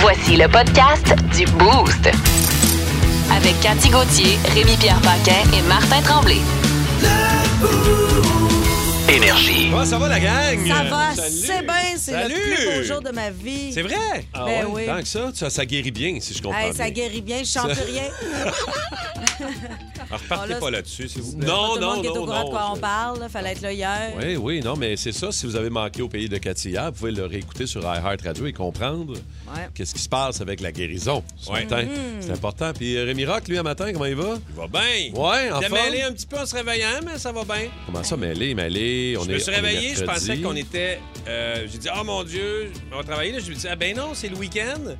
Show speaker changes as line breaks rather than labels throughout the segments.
Voici le podcast du Boost. Avec Cathy Gauthier, Rémi-Pierre Paquin et Martin Tremblay.
Énergie.
Comment Ah, ça va, la gang?
Ça
Euh,
va,
salut.
c'est bien, c'est le
Salut.
plus beau jour de ma vie.
C'est vrai? Ah
Ben oui.
Tant que ça, ça, ça guérit bien, si je comprends
Hey, ça
bien.
guérit bien, je chante plus rien.
Alors,
Oh
repartez
là,
pas
c'est-
là-dessus, s'il vous plaît.
Tout
Oh Non,
le monde
non,
qui est au
non,
courant de quoi
non.
on parle, là, fallait être là hier.
Oui, oui, non, mais c'est ça. Si vous avez manqué au pays de Cathy hier, vous pouvez le réécouter sur iHeartRadio et comprendre
Ouais.
qu'est-ce qui se passe avec la guérison ce
Ouais.
matin. C'est important. Puis euh, Rémi Rock, lui, un matin, comment il va?
Il va bien.
Ouais, en
J'étais
forme.
mêlé un petit peu en se réveillant, mais ça va bien.
Comment ça, mêlé, mêlé? On
je
est,
me suis
on est
réveillé, je
mercredi.
pensais qu'on était. euh, j'ai dit, oh mon Dieu, on va travailler. Là, je me dis, ah ben non, c'est le week-end.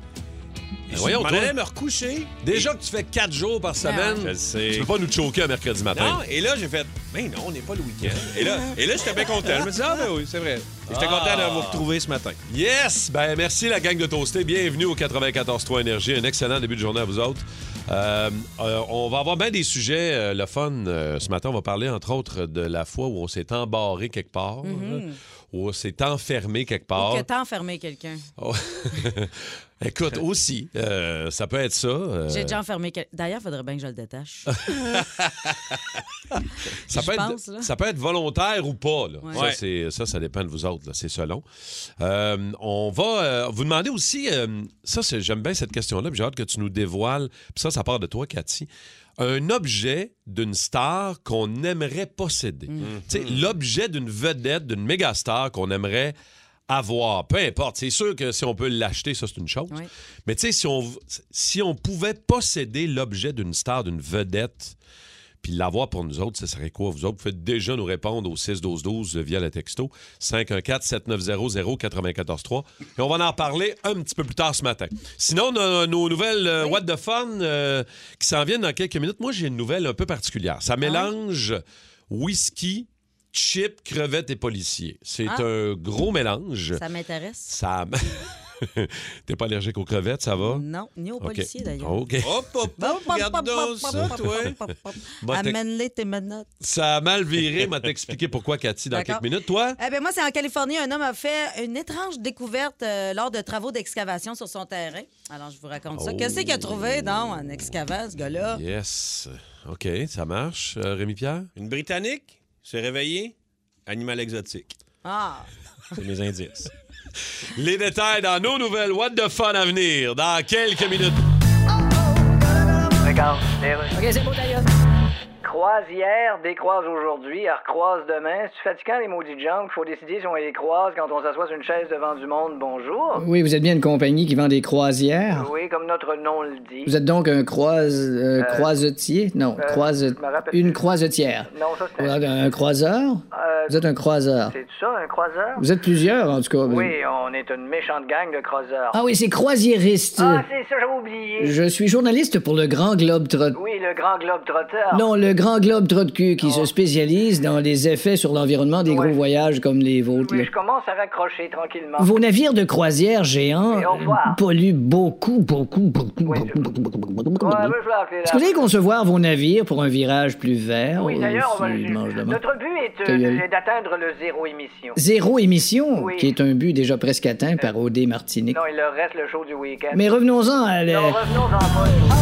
Et je
voyons,
m'en
toi.
allais me recoucher.
Déjà que tu fais quatre jours
Ah.
par
Je
semaine,
le sais.
tu peux pas nous choquer un mercredi
Et- Non,
matin.
et là, j'ai fait, mais non, on n'est pas le week-end. Et là, et là j'étais bien content. Je me dis, ah ben oui, c'est vrai. Et J'étais
Ah.
content de vous retrouver ce matin.
Yes! Ben merci la gang de Toasté. Bienvenue au 94.3 Énergie. Un excellent début de journée à vous autres. Euh, euh, on va avoir bien des sujets, euh, le fun. euh, ce matin, on va parler entre autres de la fois où on s'est embarré quelque part,
Mm-hmm.
où on s'est enfermé quelque part.
Ou que t'as enfermé quelqu'un.
Oh. Écoute, aussi, euh, ça peut être ça. euh,
J'ai déjà enfermé quelqu'un. D'ailleurs, il faudrait bien que je le détache. je
ça, peut
pense,
être,
là.
ça peut être volontaire ou pas. là.
Ouais.
Ça, c'est- Ça, ça, dépend de vous autres. là. C'est selon. Euh, on va euh, vous demander aussi, euh, ça, c'est- j'aime bien cette question-là, puis j'ai hâte que tu nous dévoiles, puis ça, ça part de toi, Cathy, un objet d'une star qu'on aimerait posséder.
Mm.
Tu sais, L'objet d'une vedette, d'une méga star qu'on aimerait avoir, peu importe. C'est sûr que si on peut l'acheter, ça, c'est une chose.
Ouais.
Mais tu sais, si on, si on pouvait posséder l'objet d'une star, d'une vedette, puis l'avoir pour nous autres, ce serait quoi? Vous autres, vous pouvez déjà nous répondre au 6-12-12 via le texto 514-7900-943. Et on va en parler un petit peu plus tard ce matin. Sinon, on a nos nouvelles euh, What the Fun euh, qui s'en viennent dans quelques minutes. Moi, j'ai une nouvelle un peu particulière.
Ah.
Ça mélange whisky, chips, crevettes et policiers. C'est
Ah.
un gros mélange.
Ça m'intéresse?
Ça... T'es pas allergique aux crevettes, ça va?
Non, ni aux
OK. Oh.
policiers d'ailleurs.
OK.
Hop, hop, hop, regarde donc ça, toi.
Bon, t'es-
Amène-les tes menottes.
Ça a mal viré, m'a t'expliquer pourquoi, Cathy, dans
D'accord.
quelques minutes. Toi?
Eh ben moi, c'est en Californie. Un homme a fait une étrange découverte euh, lors de travaux d'excavation sur son terrain. Alors, je vous raconte ça.
Oh.
Qu'est-ce qu'il a trouvé, donc, en excavant, ce gars-là?
Yes. OK, ça marche. Euh, Rémi-Pierre?
Une Britannique s'est réveillée, animal exotique.
Ah!
C'est mes indices.
Les détails dans nos nouvelles What the Fun à venir dans quelques minutes.
Croisière décroise aujourd'hui, elle recroise demain. C'est fatigant les maudites jambes qu'il faut décider si on les croise quand on s'assoit sur une chaise devant du monde. Bonjour.
Oui, vous êtes bien une compagnie qui vend des croisières.
Oui, comme notre nom le dit.
Vous êtes donc un croise, euh, croisetier? Non,
euh,
croise,
je me rappelle
une
plus.
croisetière.
Non, ça c'est
Vous
un...
êtes Un croiseur?
Euh,
Vous êtes un croiseur.
c'est ça, un croiseur?
Vous êtes plusieurs, en tout cas.
Oui, on est une méchante gang de croiseurs.
Ah oui, c'est croisiériste.
Ah, c'est ça, j'avais oublié.
Je suis journaliste pour le Grand Globe Trot...
Oui, le grand globe trotteur.
Non, le Grand Globe Trot de cul qui se spécialise dans les effets sur l'environnement des
Ouais.
gros voyages comme les vôtres. là.
Oui, je commence à raccrocher tranquillement.
Vos navires de croisière géants
Et au revoir.
euh, polluent beaucoup, beaucoup, beaucoup,
Oui,
beaucoup, beaucoup, beaucoup, beaucoup, beaucoup.
Ouais, me flaque, les
Est-ce que vous
larmes.
allez concevoir vos navires pour un virage plus vert?
Oui,
euh,
d'ailleurs, on va-
s'ils mangent demain?
notre but est
Ta
euh,
gueule.
d'atteindre le zéro émission.
Zéro émission,
Oui. Euh,
qui est un but déjà presque atteint par O.D. Martinique.
Non, il leur reste le show du week-end.
Mais revenons-en à la-
Non, revenons-en pas.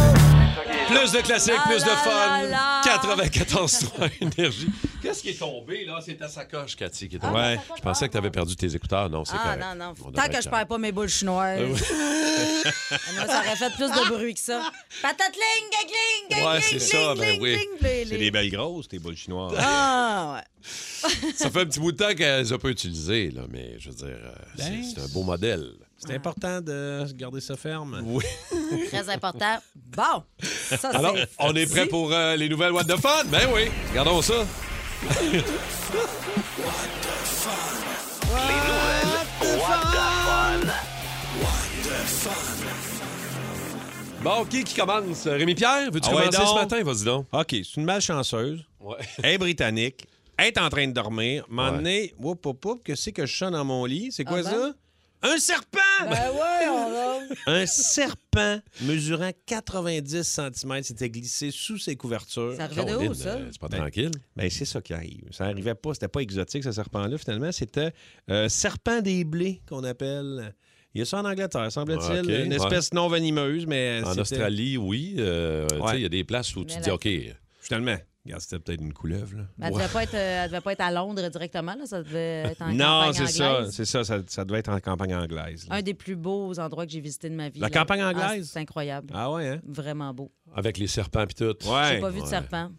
Plus de classiques,
Ah
plus de
là
fun.
là là.
94.3 Énergie. Qu'est-ce qui est tombé, là? C'est ta sacoche, Cathy, qui est tombée.
Ouais.
Je pensais que tu avais perdu tes écouteurs. Non, c'est
Ah
correct.
non, non.
On
Tant
devrait
que
être Euh,
je perds pas mes boules chinoises. Moi, ça aurait fait plus de bruit que ça. Patatling, gagling, gagling,
Ouais, c'est ça, ben oui.
C'est des belles grosses, tes boules chinoises.
Ah, ouais.
Ça fait un petit bout de temps qu'elles ont pas utilisé, là, mais je veux dire, euh, c'est- c'est un beau modèle.
C'est important de garder ça ferme. Oui.
Très important. Bon, ça,
Alors,
c'est
on est prêt
dit.
pour euh, les nouvelles What the Fun? Ben oui, regardons ça. Bon, qui qui commence? Rémi-Pierre, veux-tu
Ah ouais,
commencer
donc.
ce matin? Vas-y donc.
OK, c'est une malchanceuse. Elle est britannique. Elle est en train de dormir. M'en donné, whoop, whoop, whoop, que c'est que je sens dans mon lit? C'est quoi
Ah
ça? Un serpent! Un serpent mesurant 90 cm s'était glissé sous ses couvertures.
Ça arrivait de où,
Caroline,
ça?
euh, C'est pas
Ben,
tranquille.
Ben, c'est ça qui arrive. Ça arrivait pas, c'était pas exotique ce serpent-là finalement. C'était euh, serpent des blés qu'on appelle. Il y a ça en Angleterre, semble-t-il.
Ah, ok,
Une
ouais.
espèce non venimeuse, mais.
En
ben, c'était-
Australie, oui. euh, tu sais,
Ouais.
Il y a des places où tu
Mais
te dis,
la-
OK,
Finalement, regarde, c'était peut-être une couleuvre. là.
Mais elle, devait pas être, euh, elle devait pas être à Londres directement, là. Ça devait être en
Non,
campagne
c'est ça,
anglaise.
c'est ça, ça. ça devait être en campagne anglaise. là.
Un des plus beaux endroits que j'ai visité de ma vie.
La
là.
campagne
Ah,
anglaise?
c'est incroyable.
Ah ouais, hein?
Vraiment beau.
avec les serpents et tout.
Ouais.
J'ai pas vu de
Hein, ouais. Euh,
serpent,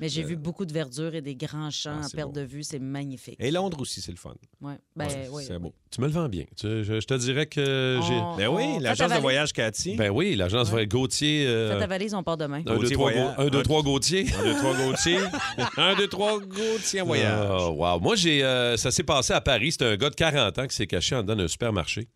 mais j'ai vu beaucoup de verdure et des grands champs
Ah,
à
c'est
perte
beau.
de vue. C'est magnifique.
Et Londres aussi, c'est le fun.
Ouais. Ben, oui.
c'est beau.
Tu me le vends bien. Tu- je, je te dirais que j'ai.
On-
Ben
on-
oui,
faites
l'agence de
avaler-
voyage Cathy.
Ben oui, l'agence va Gauthier.
Faites
euh,
ta valise, on part demain.
un, deux,
Gauthier
trois, Gau-
voyage.
un, deux,
Un-
trois Gauthier.
Un, deux, trois Gauthier. un, deux, trois Gauthier en voyage.
Ah, wow. Moi, j'ai, euh, ça s'est passé à Paris. C'était un gars de 40 ans qui s'est caché en dedans d'un supermarché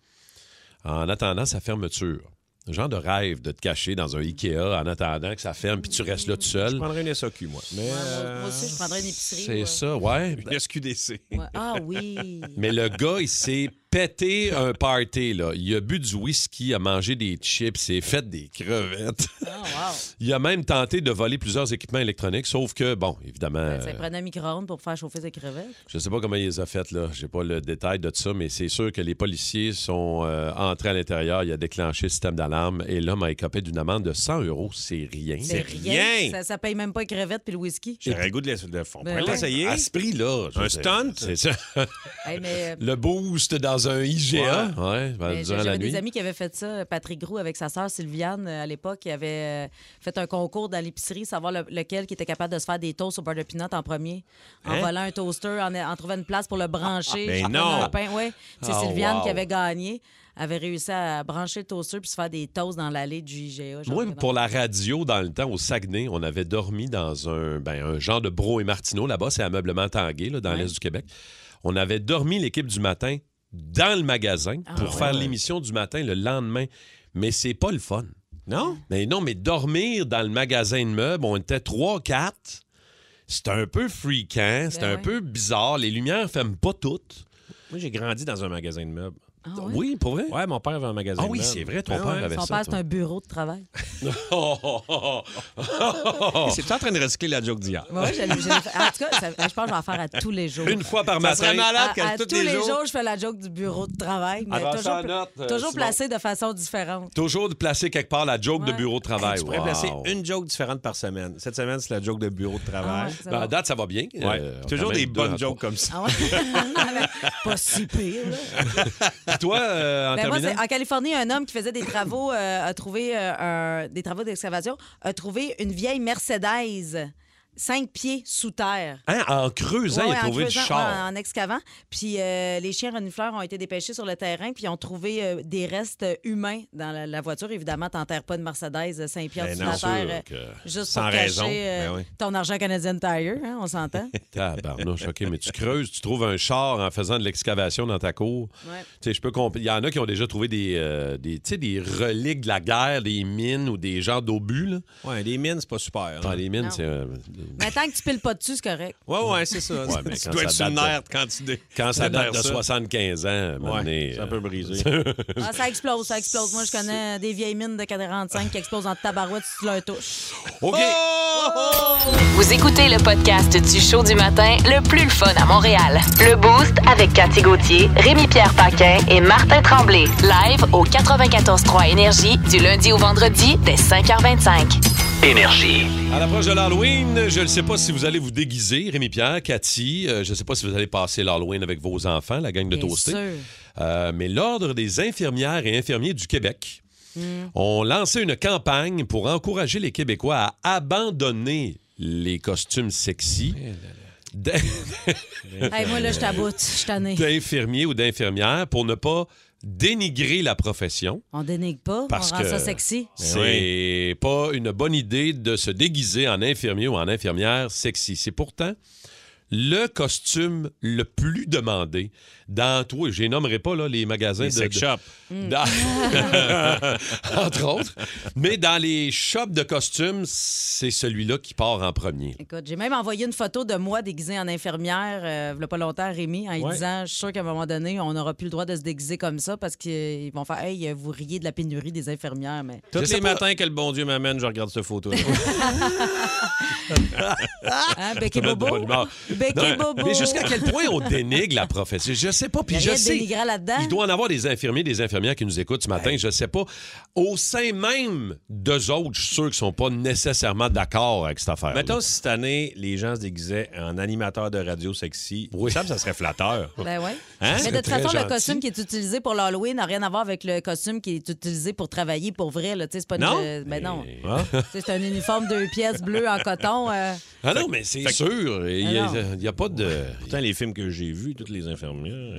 en attendant sa fermeture. Le genre de rêve de te cacher dans un Ikea en attendant que ça ferme puis tu restes là tout
Je
seul.
prendrais une SAQ, moi. Mais,
Moi,
euh,
moi aussi, je prendrais une épicerie.
C'est
ouais.
ça, ouais.
une SQDC.
Ouais. Ah oui.
Mais le gars, il s'est pété un party. Là. Il a bu du whisky, a mangé des chips, s'est fait des crevettes.
Ah, wow.
Il a même tenté de voler plusieurs équipements électroniques, sauf que, bon, évidemment,
Ben, Ça
euh,
prenait un micro-ondes pour faire chauffer ses crevettes.
je ne sais pas comment il les a faites, là. J'ai pas le détail de ça, mais c'est sûr que les policiers sont euh, entrés à l'intérieur. Il a déclenché le système d'alarme et l'homme a écopé d'une amende de 100 euros. C'est rien.
C'est
rien.
Ça, ça paye même pas les crevettes puis le whisky.
J'aurais le goût de la fond. On
Ben
pourrait
ouais.
l'essayer.
À ce prix-là. je
Un
sais-
stunt?
C'est ça.
Hey, mais, euh,
Le boost dans un IGA. Ouais, ben,
mais
durant
J'avais
la nuit.
des amis qui avaient fait ça. euh, Patrick Groux avec sa sœur Sylviane euh, à l'époque, qui avait euh, fait un concours dans l'épicerie, savoir le- lequel qui était capable de se faire des toasts au beurre de peanut en premier,
Hein?
en volant un toaster, en, en trouvant une place pour le brancher.
Mais
en prenant
non!
un pain. Ouais. C'est
Ben Oh,
Sylviane
wow.
qui avait gagné, avait réussi à brancher le toaster puis se faire des toasts dans l'allée du IGA. genre,
Moi,
dans-
pour la radio, dans le temps, au Saguenay, on avait dormi dans un, ben, un genre de Bro et Martineau. Là-bas, c'est ameublement tangué, là, dans
Ouais.
l'Est du Québec. On avait dormi l'équipe du matin dans le magasin
Ah
pour faire l'émission du matin le lendemain. Mais c'est pas le fun.
Non?
Mais non, mais dormir dans le magasin de meubles, on était 3-4. C'était un peu freakant, c'était un
Ben ouais.
peu bizarre. Les lumières ne ferment pas toutes.
Moi, j'ai grandi dans un magasin de meubles.
Ah ouais?
Oui, pour vrai?
Ouais, mon père avait un magasin
Ah
de
oui,
meubles.
c'est vrai, ton
Ah
père
ouais.
avait
Son
ça.
père, c'est un bureau de travail.
Oh, oh, oh, oh.
C'est en train de recycler la joke d'hier.
Moi, je l'ai- je l'ai fait- en tout cas, ça- je pense que je vais en faire à tous les jours.
Une fois par
Ça
matin.
serait malade
À-
qu'à
à
tous
tous les jours.
jours.
je fais la joke du bureau de travail, mais
Avance
toujours,
en note, euh,
toujours
Simon.
placée de façon différente.
Toujours de placer quelque part la joke
Ouais.
de bureau de travail.
Tu pourrais
Wow.
placer une joke différente par semaine. Cette semaine, c'est la joke de bureau de travail.
Ah, c'est
Ben, à
bon.
date, ça va bien.
Ouais.
Euh,
Toujours
quand même
des
deux
bonnes
à
jokes comme ça.
Ah ouais? pas si pire. là.
trois. Toi, euh, en
Ben, moi,
terminant,
c'est- en Californie, un homme qui faisait des travaux euh, a trouvé euh, un- des travaux d'excavation a trouvé une vieille Mercedes cinq pieds sous terre.
Hein, en creusant,
Ouais,
il a
ouais, en
trouvé
creusant,
du char.
ouais, en, excavant. Puis euh, les chiens renifleurs ont été dépêchés sur le terrain, puis ils ont trouvé euh, des restes humains dans la, la voiture. Évidemment, t'enterres pas de Mercedes euh, Saint-Pierre
Ben
sous
non,
la
sûr
terre
que-
euh, juste
sans
pour
raison.
cacher euh,
Ben oui.
ton argent Canadian Tire, hein, on s'entend.
Tabarnouche, OK, mais tu creuses, tu trouves un char en faisant de l'excavation dans ta cour.
Ouais.
Tu sais, je peux comprendre. Il y en a qui ont déjà trouvé des, euh, des, tu sais, des reliques de la guerre, des mines ou des genres d'obus. là.
Ouais, les mines, c'est pas super.
Dans
hein.
les mines,
Non.
c'est. euh,
Mais tant que tu piles pas dessus, c'est correct.
Ouais, ouais, c'est ça.
Ouais, mais
tu
quand
dois
ça
être sur
date de-
nerf quand tu dé-
Quand ça date de
déterres
75 ans, à un moment donné,
Ouais, ça peut
euh,
briser.
Ah, ça explose, ça explose. Moi, je connais des vieilles mines de 45 qui explosent en tabarouette si tu leur touches.
OK!
Oh!
Vous écoutez le podcast du show du matin le plus le fun à Montréal. Le Boost avec Cathy Gauthier, Rémi-Pierre Paquin et Martin Tremblay. Live au 94.3 Énergie du lundi au vendredi dès 5h25.
Énergie.
À l'approche de l'Halloween, je ne sais pas si vous allez vous déguiser, Rémi Pierre, Cathy. euh, je ne sais pas si vous allez passer l'Halloween avec vos enfants, la gang de
Bien
Toasté.
sûr.
Euh, mais l'Ordre des infirmières et infirmiers du Québec
Hmm.
ont lancé une campagne pour encourager les Québécois à abandonner les costumes sexy d'in-
Hey, moi, là, je taboute, je suis tannée.
d'infirmiers ou d'infirmières pour ne pas dénigrer la profession.
On dénigre pas,
Parce
on rend
que-
ça sexy.
Ben
C'est pas une bonne idée de se déguiser en infirmier ou en infirmière sexy. C'est pourtant le costume le plus demandé dans tout. Je les nommerai pas là, les magasins
Les
de,
sex
de-
shops. Hmm.
dans- entre autres. Mais dans les shops de costumes, c'est celui-là qui part en premier.
Écoute, j'ai même envoyé une photo de moi déguisée en infirmière, euh, v'là pas longtemps, à Rémi, en lui
Ouais.
disant Je suis sûr qu'à un moment donné, on n'aura plus le droit de se déguiser comme ça parce qu'ils vont faire Hey, euh, vous riez de la pénurie des infirmières. Mais
Tous
Je sais
les
pas.
matins que le bon Dieu m'amène, je regarde cette photo.
Hein, Bec et
De
Bobo
bonne humeur.
Bec et bobo.
mais jusqu'à quel point on dénigre la profession? Je sais pas. Puis
Il y a
je
rien de
sais.
dénigrant là-dedans.
Il doit en avoir des infirmiers, des infirmières qui nous écoutent ce matin, je sais pas. Au sein même d'eux autres, je suis sûr qu'ils sont pas nécessairement d'accord avec cette affaire.
Mettons si cette année, les gens se déguisaient en animateur de radio sexy. Oui. Ça, ça serait flatteur.
Ben ouais.
Hein?
Mais de toute
Très
façon, le
gentil.
costume qui est utilisé pour l'Halloween n'a rien à voir avec le costume qui est utilisé pour travailler pour vrai. Là. Tu sais, C'est pas une-
Non?
euh, ben non.
Ah.
Tu sais, C'est un uniforme deux pièces bleu en coton. euh.
Ah non, mais c'est sûr. Il y a-
Alors.
il y a, pas de.
Pourtant, les films que j'ai vus, toutes les infirmières.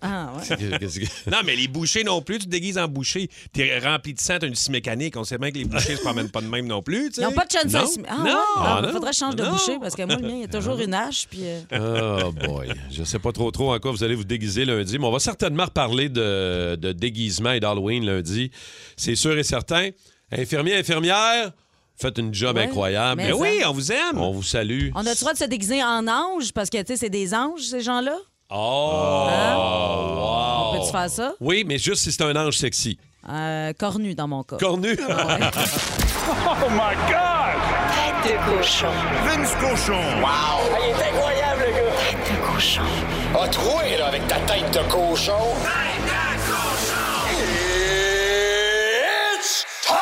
Ah, ouais.
Qu'est-ce que-
non, mais les bouchers non plus, tu te déguises en boucher. T'es rempli de sang, t'as une scie mécanique. On sait bien que les bouchers se promènent pas de même non plus. tu sais.
Ils n'ont pas de chance
Non.
Ah,
Non.
ouais,
Ah,
ah,
non.
faudrait changer de
Non.
boucher parce que moi, le mien, il y a toujours une hache. Puis, euh,
Oh boy. Je sais pas trop trop en quoi vous allez vous déguiser lundi, mais on va certainement reparler de, de déguisement et d'Halloween lundi. C'est sûr et certain. Infirmiers, infirmières, faites une job
Ouais,
incroyable.
mais
Mais oui, on vous aime.
On vous salue.
On a le droit de se déguiser en ange parce que, tu sais, c'est des anges, ces gens-là.
Oh!
Hein?
wow.
Oh.
Peux-tu faire ça?
Oui, mais juste si c'est un ange sexy.
Euh, cornu, dans mon cas.
Cornu.
Tête de cochon.
Vince Cochon.
Ah, il est incroyable, le gars! Tête de cochon. A troué, là, avec ta tête de cochon. Tête de cochon! It's time!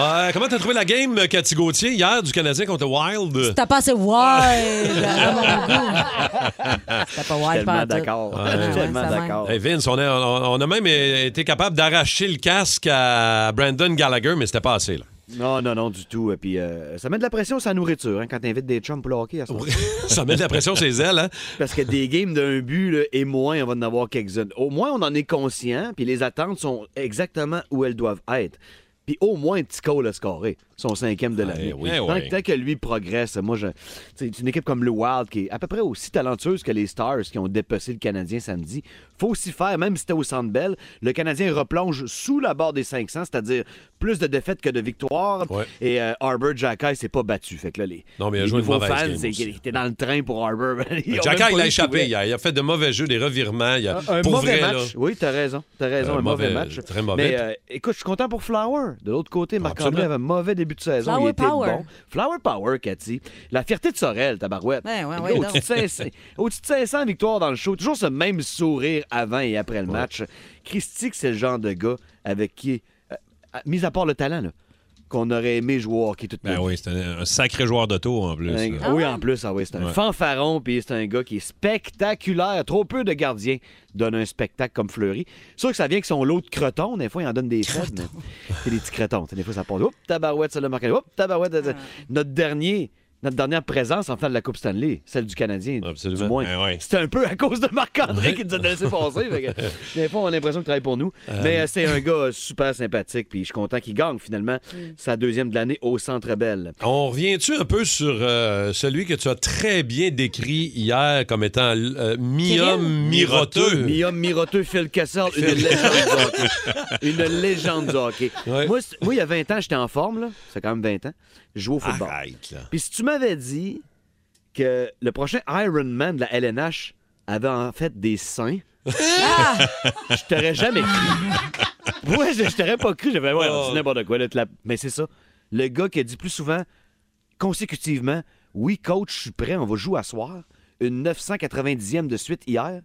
Ouais, comment t'as trouvé la game, Cathy Gauthier, hier du Canadien contre Wild?
T'as passé wild à mon goût. T'as pas wild
Tellement
pas
d'accord.
ouais,
Tellement
ça
d'accord.
Hey Vince, on a, on a même euh, été capable d'arracher le casque à Brandon Gallagher, mais c'était pas assez. Là.
Non, non, non, du tout. Et puis, euh, ça met de la pression sur la nourriture hein, quand t'invites des chums pour le hockey à ce moment.
Ça met de la pression sur les ailes. Hein?
Parce que des games d'un but là, et moins, on va en avoir quelques-unes. Au moins, on en est conscient, puis les attentes sont exactement où elles doivent être. Puis au moins, Tico l'a scoré, son cinquième de l'année.
oui.
Tant,
Eh oui.
tant que lui progresse, moi, je, tu sais, c'est une équipe comme le Wild qui est à peu près aussi talentueuse que les Stars qui ont dépecé le Canadien samedi. Faut s'y faire, même si c'était au Centre Bell. Le Canadien replonge sous la barre des 500, c'est-à-dire plus de défaites que de victoires.
Ouais.
Et euh, Arbor Jacky s'est pas battu. Fait que là, les,
Non, mais il a
les
joué une
nouveaux
mauvaise
fans,
game
c'est
aussi.
qu'il était dans le train pour Arbor. Ils ont
Jacka,
même
il
pas
a
eu
échappé
de
hier. Il a fait de mauvais jeux, des revirements. Il a-
un
pour
mauvais
vrai, là.
match. Oui, t'as raison. T'as raison,
Un
un, mauvais,
mauvais,
match.
très mauvais.
Mais euh, écoute, je suis content pour Flower. De l'autre côté, Marc-André
Absolument.
avait un mauvais début de saison.
Flower
il était
power.
bon. Flower Power, Cathy. La fierté de Sorel, tabarouette.
Ben ouais,
Le
ouais,
gars,
donc.
au-dessus, de 500, au-dessus de 500 victoires dans le show. Toujours ce même sourire avant et après le match. Christique, c'est le genre de gars avec qui, euh, euh, mis à part le talent, là, qu'on aurait aimé jouer au hockey toute
Ben
notre
oui, c'est un, un sacré joueur d'auto en plus. euh.
un-
là.
oui, en plus, ah oui, c'est un fanfaron, puis c'est un gars qui est spectaculaire. Trop peu de gardiens donnent un spectacle comme Fleury. C'est sûr que ça vient avec son lot de crotons. Des fois, il en donne des faibles, mais c'est des petits crotons. Tu sais, Des fois, ça part. Oups, tabarouette, ça l'a marqué. Oups, tabarouette. ça- Notre dernier. Notre dernière présence en finale de la Coupe Stanley, celle du Canadien,
Absolument.
du moins.
Ben ouais.
C'était un peu à cause de Marc-André qui nous a laissé passer. fait que des fois, on a l'impression qu'il travaille pour nous. Mais euh, c'est un gars super sympathique, puis je suis content qu'il gagne finalement sa deuxième de l'année au Centre Bell.
On revient-tu un peu sur euh, celui que tu as très bien décrit hier comme étant euh, mi-homme, mi-roteux?
Mi-homme miroteux, Phil Kessel, une légende du hockey. Une légende du hockey.
Ouais.
Moi, c'est- moi, il y a 20 ans, j'étais en forme, là. C'est quand même 20 ans. Je jouais au football.
Arrête, là.
Puis si tu m'avais dit que le prochain Ironman de la LNH avait en fait des seins, je t'aurais jamais cru. Moi, je, je t'aurais pas cru. J'avais, ouais,
Oh.
c'est n'importe quoi. là, tu l'as- Mais c'est ça. Le gars qui a dit plus souvent, consécutivement, oui, coach, je suis prêt, on va jouer à soir. Une 990e de suite hier.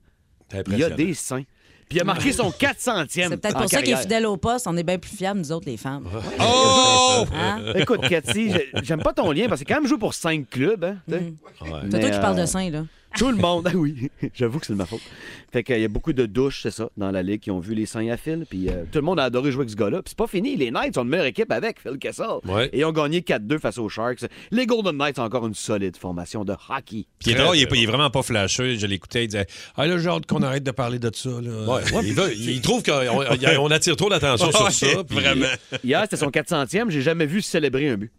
C'est
Il y a
impressionnant.
des seins. Puis il a marqué son 400e.
C'est peut-être pour
en
ça qu'il est
carrière.
fidèle au poste. On est bien plus fiables, nous autres, les femmes.
Oh!
Hein?
Écoute, Cathy, je- j'aime pas ton lien parce que quand même joué pour cinq clubs. Hein, tu sais. Mais,
Mm. C'est toi qui
euh,
parles de sein, là.
Tout le monde, ah oui, j'avoue que c'est de ma faute. Fait qu'il y a beaucoup de douches, c'est ça, dans la ligue, qui ont vu les seins à fil. Puis euh, tout le monde a adoré jouer avec ce gars-là. Puis c'est pas fini, les Knights ont une meilleure équipe avec Phil Kessel.
Ouais.
Et ils ont gagné 4-2 face aux Sharks. Les Golden Knights ont encore une solide formation de hockey.
Puis il est drôle, il est, pas- il est vraiment pas flasheux. Je l'écoutais, il disait Ah là, j'ai hâte qu'on arrête de parler de ça. Là.
Ouais, il, veut- il trouve qu'on il- on attire trop l'attention sur ça.
Ouais,
puis-
vraiment.
Hier, c'était son 400e. J'ai jamais vu célébrer un but.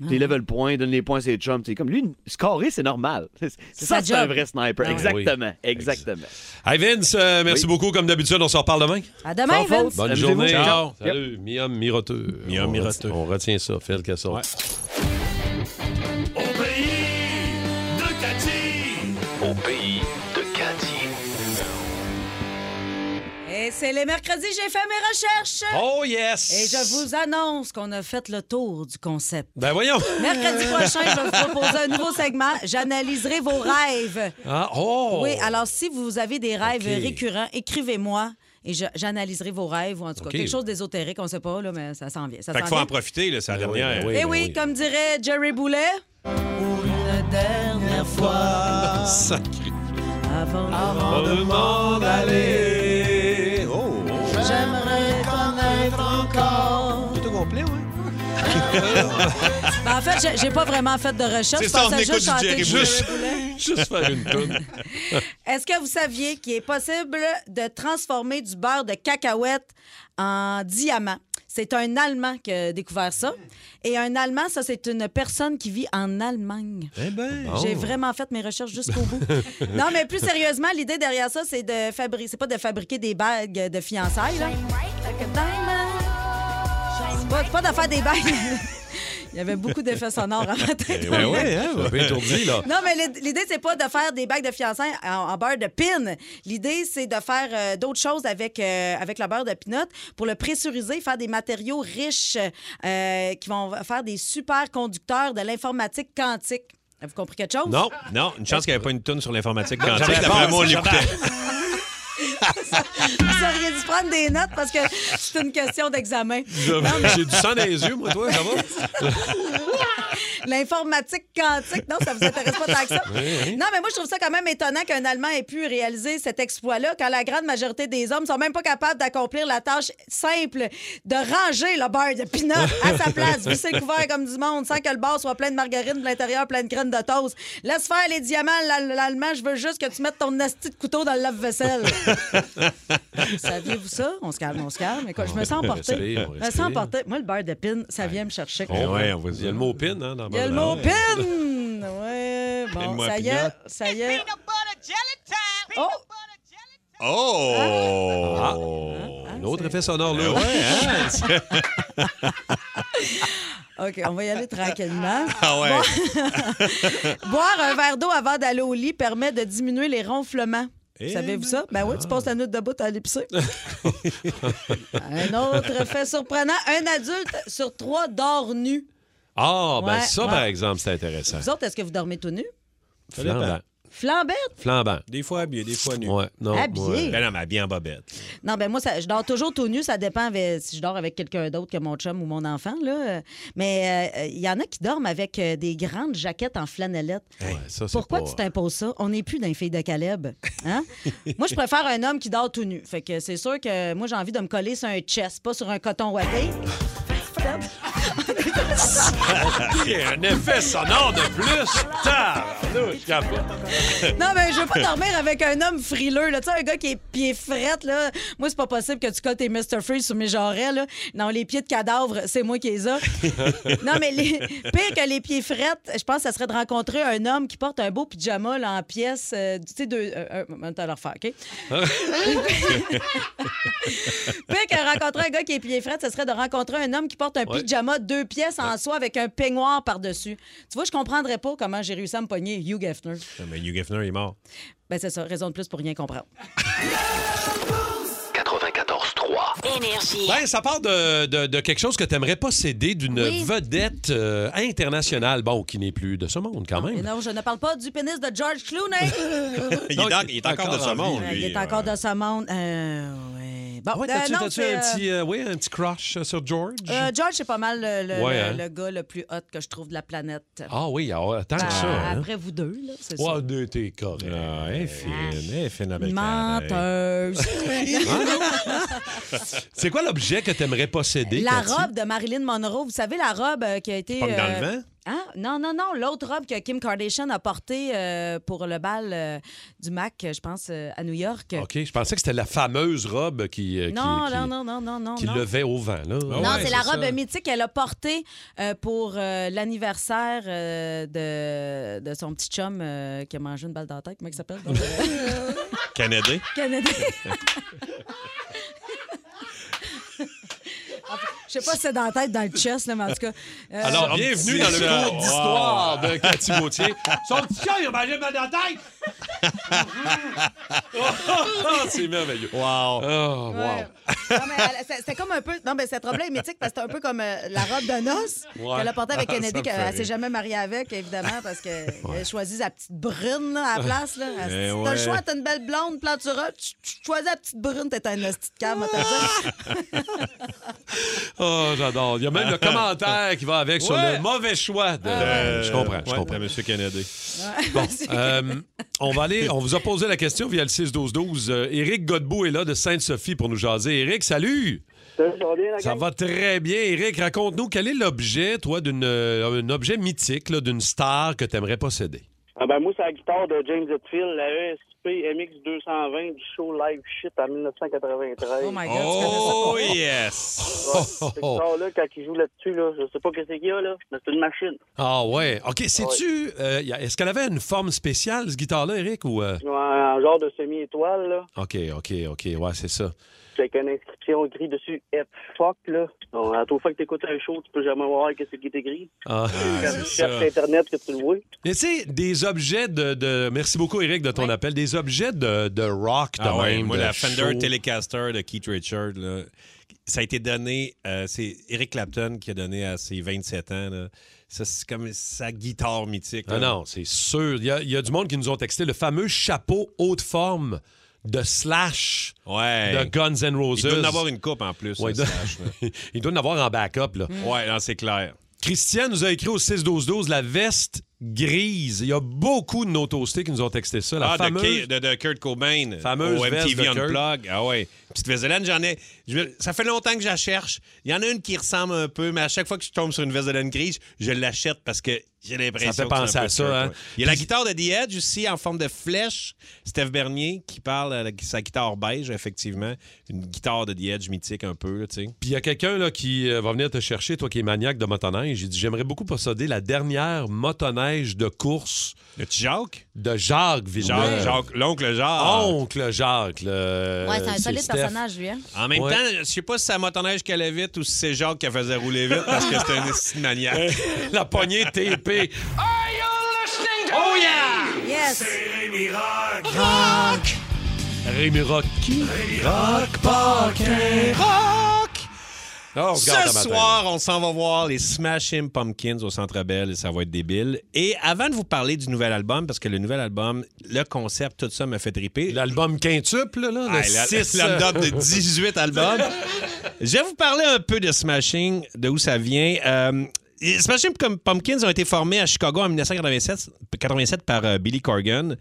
Ah
Il lève le point, donne les points à ses chums. C'est comme lui, scorer, c'est normal.
sa
Ça, c'est un
job.
vrai sniper.
Ah oui.
Exactement. Exactement.
Hey Vince, euh, merci
Oui.
beaucoup. Comme d'habitude, on se reparle demain.
À demain,
Sans faute.
Vince.
Bonne
Amusez-vous.
journée.
Ciao.
Salut. Mi-homme, mi-roteux.
Mi-homme,
On reti-
mi-roteux.
On retient ça. Phil Kessel.
Au pays de Cathy.
Et c'est les mercredis, j'ai fait mes recherches.
Oh yes!
Et je vous annonce qu'on a fait le tour du concept.
Ben voyons!
Mercredi prochain, je vais vous proposer un nouveau segment. J'analyserai vos rêves.
Ah, oh!
Oui, alors si vous avez des rêves
Ok.
récurrents, écrivez-moi et je- j'analyserai vos rêves ou en tout cas
Ok.
quelque chose d'ésotérique, on ne sait pas, là, mais ça s'en vient. Ça
Fait
s'en
qu'il faut
vient.
en profiter, là, c'est la
Ben oui,
dernière.
ben oui.
Eh oui, comme dirait Jerry Boulet. Pour une dernière fois,
Sacré.
avant
On demande aller. Oh!
j'aimerais connaître encore.
Tout au complet, oui.
Ben, en fait, j'ai- j'ai pas vraiment fait de recherche.
C'est
Je
ça, on
pensais
écoute
juste
du
chanter
Jerry
Jerry
Boulet.
Boulet.
Juste faire une toune.
Est-ce que vous saviez qu'il est possible de transformer du beurre de cacahuète en diamant? C'est un Allemand qui a découvert ça. Et un Allemand, ça, c'est une personne qui vit en Allemagne.
Eh bien.
J'ai vraiment fait mes recherches jusqu'au bout. Non, mais plus sérieusement, l'idée derrière ça, c'est de fabriquer. C'est pas de fabriquer des bagues de fiançailles, là. C'est pas, pas de faire des bagues. Il y avait beaucoup d'effets sonores à ma tête.
Ben oui, hein? Un peu étourdi, là.
Non, mais l'id- l'idée, c'est pas de faire des bagues de fiançailles en, en beurre de pin. L'idée, c'est de faire euh, d'autres choses avec, euh, avec le beurre de pinot pour le pressuriser, faire des matériaux riches euh, qui vont faire des super conducteurs de l'informatique quantique. Avez-vous compris quelque chose?
Non, non, une chance qu'il n'y avait pas une toune sur l'informatique
J'avais
quantique.
peur,
D'après moi, on
j'avais
l'écoutait.
Vous auriez dû prendre des notes parce que c'est une question d'examen.
J'ai du sang dans les yeux, moi, toi, ça va?
L'informatique quantique, non, ça vous intéresse pas tant que ça. Non, mais moi, je trouve ça quand même étonnant qu'un Allemand ait pu réaliser cet exploit-là quand la grande majorité des hommes sont même pas capables d'accomplir la tâche simple de ranger le beurre de pinot à sa place, visser le couvert comme du monde, sans que le beurre soit plein de margarine, de l'intérieur plein de graines de toast. Laisse faire les diamants, l'Al- l'Allemand, je veux juste que tu mettes ton asti de couteau dans le lave-vaisselle. Saviez-vous ça? On se calme, on se calme. Écoute, je me sens emportée.
respire, on
Je me sens
respire.
emportée. Moi, le beurre de pin, ça vient me chercher.
Oh,
ouais, on va
Il y a le mot pin, hein, dans
Il y a le mot pin! Ouais, bon,
Pin-moi
ça y
Pinot.
est, ça y est. Oh!
Oh!
Ah. Un
Ah,
autre effet sonore, là.
Ouais, hein?
OK, on va y aller tranquillement.
Ah ouais.
Boire un verre d'eau avant d'aller au lit permet de diminuer les ronflements.
Eh
Savez-vous
ben.
ça? Ben oui, tu passes la nuit debout à l'épicer. un autre fait surprenant, un adulte sur trois dort nu.
Ah, ben
Ouais,
ça,
ouais.
par exemple, c'est intéressant.
Vous autres, est-ce que vous dormez tout nu?
Ça dépend.
Flambant.
Flambette?
Flambant.
Des fois habillé, des fois nu.
Ouais, non.
Habillé.
ouais.
Ben non, mais habillé en bobette.
Non, ben moi, ça- je dors toujours tout nu. Ça dépend avec- si je dors avec quelqu'un d'autre que mon chum ou mon enfant. Là. Euh, Mais euh, il y en a qui dorment avec euh, des grandes jaquettes en flanellette.
Ouais, ça, c'est
Pourquoi
pas-
tu t'imposes ça? On n'est plus d'un fille de Caleb. Hein? moi, je préfère un homme qui dort tout nu. Fait que c'est sûr que moi, j'ai envie de me coller sur un chest, pas sur un coton ouaté.
Il y a un effet sonore de plus. Tabarnouche, capote.
Non, mais je veux pas dormir avec un homme frileux. là. Tu sais, un gars qui est pied frette, là. Moi, c'est pas possible que tu cotes tes Mr. Freeze sur mes jarrets, là. Non, les pieds de cadavre, c'est moi qui les ai. non, mais les... pire que les pieds frettes, je pense que ça serait de rencontrer un homme qui porte un beau pyjama, là, en pièces. euh, tu sais, deux. euh, un- un- t'as leur faire, OK? pire que rencontrer un gars qui est pied frette, ce serait de rencontrer un homme qui porte un
Ouais.
pyjama, deux pièces en soie avec un peignoir par-dessus. Tu vois, je comprendrais pas comment j'ai réussi à me pogner Hugh Hefner.
Non, mais Hugh Hefner est mort.
Ben, c'est ça, raison de plus pour rien comprendre.
94-3.
Énergie.
Ben, ça part de, de- de quelque chose que t'aimerais pas céder d'une
Oui.
vedette euh, internationale, bon, qui n'est plus de ce monde quand
Et
même.
Ah, non, je ne parle pas du pénis de George Clooney.
Il,
Donc,
est, en- il est encore de
encore
ce
en
monde,
Euh,
lui.
il est encore
ouais.
dans ce monde. Euh, ouais. Bon,
Ah ouais,
euh,
t'as-tu
non,
t'as-tu
c'est,
un,
euh,
petit, euh, ouais, un petit crush euh, sur George?
euh, George, c'est pas mal le, le-
Ouais,
le-
hein.
le gars le plus hot que je trouve de la planète.
Ah oui, ah, attends
Ben,
que ça. Hein?
Après vous deux, là, c'est ça.
Ouais, ben, deux, t'es correct.
Ah, elle est fine, elle est fine, la belle carotte.
Menteuse.
Ah. C'est quoi l'objet que t'aimerais posséder?
la
Cathy?
robe de Marilyn Monroe, vous savez la robe euh, qui a été...
Pogne dans le
euh,
vent?
Hein? Non, non, non. L'autre robe que Kim Kardashian a portée euh, pour le bal euh, du Mac, je pense, euh, à New York.
OK, je pensais que c'était la fameuse robe Ah, qui, euh, qui,
Non,
qui-
non, non, non, non, non.
qui
non.
levait au vent. Là.
Non,
Ah Ouais,
c'est la
c'est
robe
ça.
mythique qu'elle a portée euh, pour euh, l'anniversaire euh, de, de son petit chum euh, qui a mangé une balle dans la tête. Comment il s'appelle? donc?
Canadien.
Canadien. Je sais pas si c'est dans la tête, dans le chest, là, mais en tout cas. euh,
Alors,
Ça me
bienvenue
dit
dans le
ça.
cours d'histoire de Cathy Gauthier. Son petit chien, il a mangé une balle dans la tête! c'est merveilleux.
Wow.
Oh, wow.
Ouais. Non, mais elle- c'est- C'était comme un peu. Non, mais cette robe-là est mythique parce que c'est un peu comme euh, la robe de noces
Ouais.
qu'elle a portée avec
Ah, ça
Kennedy,
me fait
qu'elle
rire.
s'est jamais mariée avec, évidemment, parce qu'elle a choisi sa petite brune là, à la place. là. Elle-
Eh
T'as
ouais.
le choix, t'as une belle blonde, plantura, tu, tu choisis la petite brune, t'es un hostie de cave, moi, t'as dit.
Oh, j'adore. Il y a même le commentaire qui va avec sur
Ouais.
le mauvais choix. De... Euh, je comprends, je
ouais,
comprends.
à Monsieur Kennedy.
Euh, on va aller, on vous a posé la question via le 6-12-12. Euh, Éric Godbout est là de Sainte-Sophie pour nous jaser. Éric, salut! Ça va très bien. Éric, raconte-nous, quel est l'objet, toi, d'un objet mythique, là, d'une star que tu aimerais posséder?
Ah ben moi, c'est la guitare de James Hetfield, la E ESP MX220 du show Live Shit en 1993.
Oh my God,
Oh yes!
Ouais, cette guitare-là, quand il joue là-dessus, là, je sais pas qu'est-ce qu'il y a, là, mais c'est une machine.
Ah ouais. OK, sais-tu, euh, y a- est-ce qu'elle avait une forme spéciale, ce guitare-là, Éric? Ou, euh,
En, en genre de semi-étoile, là,
OK, OK, OK, ouais, c'est ça.
puis avec une inscription gris dessus, F fuck, là. Bon, à toute fois que t'écoutes un show, tu peux jamais voir qu'est-ce qui était gris.
Ah,
Quand
c'est
tu
ça.
cherches Internet, que tu le vois.
Mais tu sais, des objets de, de- Merci beaucoup, Eric, de ton appel. Des objets de, de rock, de
Ah ouais,
même,
moi,
de
la Fender
show.
Telecaster de Keith Richards, là, ça a été donné, euh, c'est Eric Clapton qui a donné à ses 27 ans. là. Ça, c'est comme sa guitare mythique.
Non,
là.
Ah non, c'est sûr. Il y, a- il y a du monde qui nous ont texté le fameux chapeau haute forme de Slash
Ouais.
de Guns N'
Il
Roses.
doit en avoir une coupe en plus.
Ouais, il
le
doit-
slash, là.
il doit en avoir en backup, là.
Mm.
ouais, non, c'est clair.
Christian nous a écrit au 6-12-12 la veste grise. Il y a beaucoup de nos toastés qui nous ont texté ça. La
ah, de
fameuse...
Ke- de, de Kurt Cobain.
Fameuse
au
veste de
MTV
Kurt.
Unplug. Ah ouais. Petite Vézelène, j'en ai. je- ça fait longtemps que je la cherche. Il y en a une qui ressemble un peu, mais à chaque fois que je tombe sur une Vézelène grise, je l'achète parce que j'ai l'impression
Ça fait
que c'est un
penser
peu
à ça,
Kurt,
hein.
ouais. Il y a la guitare de The Edge aussi en forme de flèche. Steph Bernier qui parle euh, de sa guitare beige, effectivement. Une guitare de The Edge mythique un peu, là, tu sais.
Puis il y a quelqu'un là, qui euh, va venir te chercher, toi qui es maniaque de motoneige. J'ai dit J'aimerais beaucoup posséder la dernière motoneige de course
Le petit Jacques.
de Jacques Villeneuve.
Jacques, Jacques, l'oncle Jacques.
Oncle Jacques. le-
Ah! Ouais, c'est un solide
Euh, Steph.
personnage, lui. Hein?
En même
Ouais.
temps, je sais pas si c'est la motoneige qu'elle allait vite ou si c'est Jacques qui la faisait rouler vite parce que c'était un esti de maniaque.
La poignée TP.
Yes!
Rémi Rock. Qui? Rock Parker.
Rock!
Oh,
Ce
regarde, matin,
soir, on s'en va voir les Smashing Pumpkins au Centre Bell et ça va être débile. Et avant de vous parler du nouvel album, parce que le nouvel album, le concept, tout ça me fait triper.
L'album quintuple, là, le euh,
Ah, la-
6.
la note de 18 albums. Je vais vous parler un peu de Smashing, de où ça vient. Euh, les Smashing Pum- Pumpkins ont été formés à Chicago en 1987 87 par euh, Billy Corgan.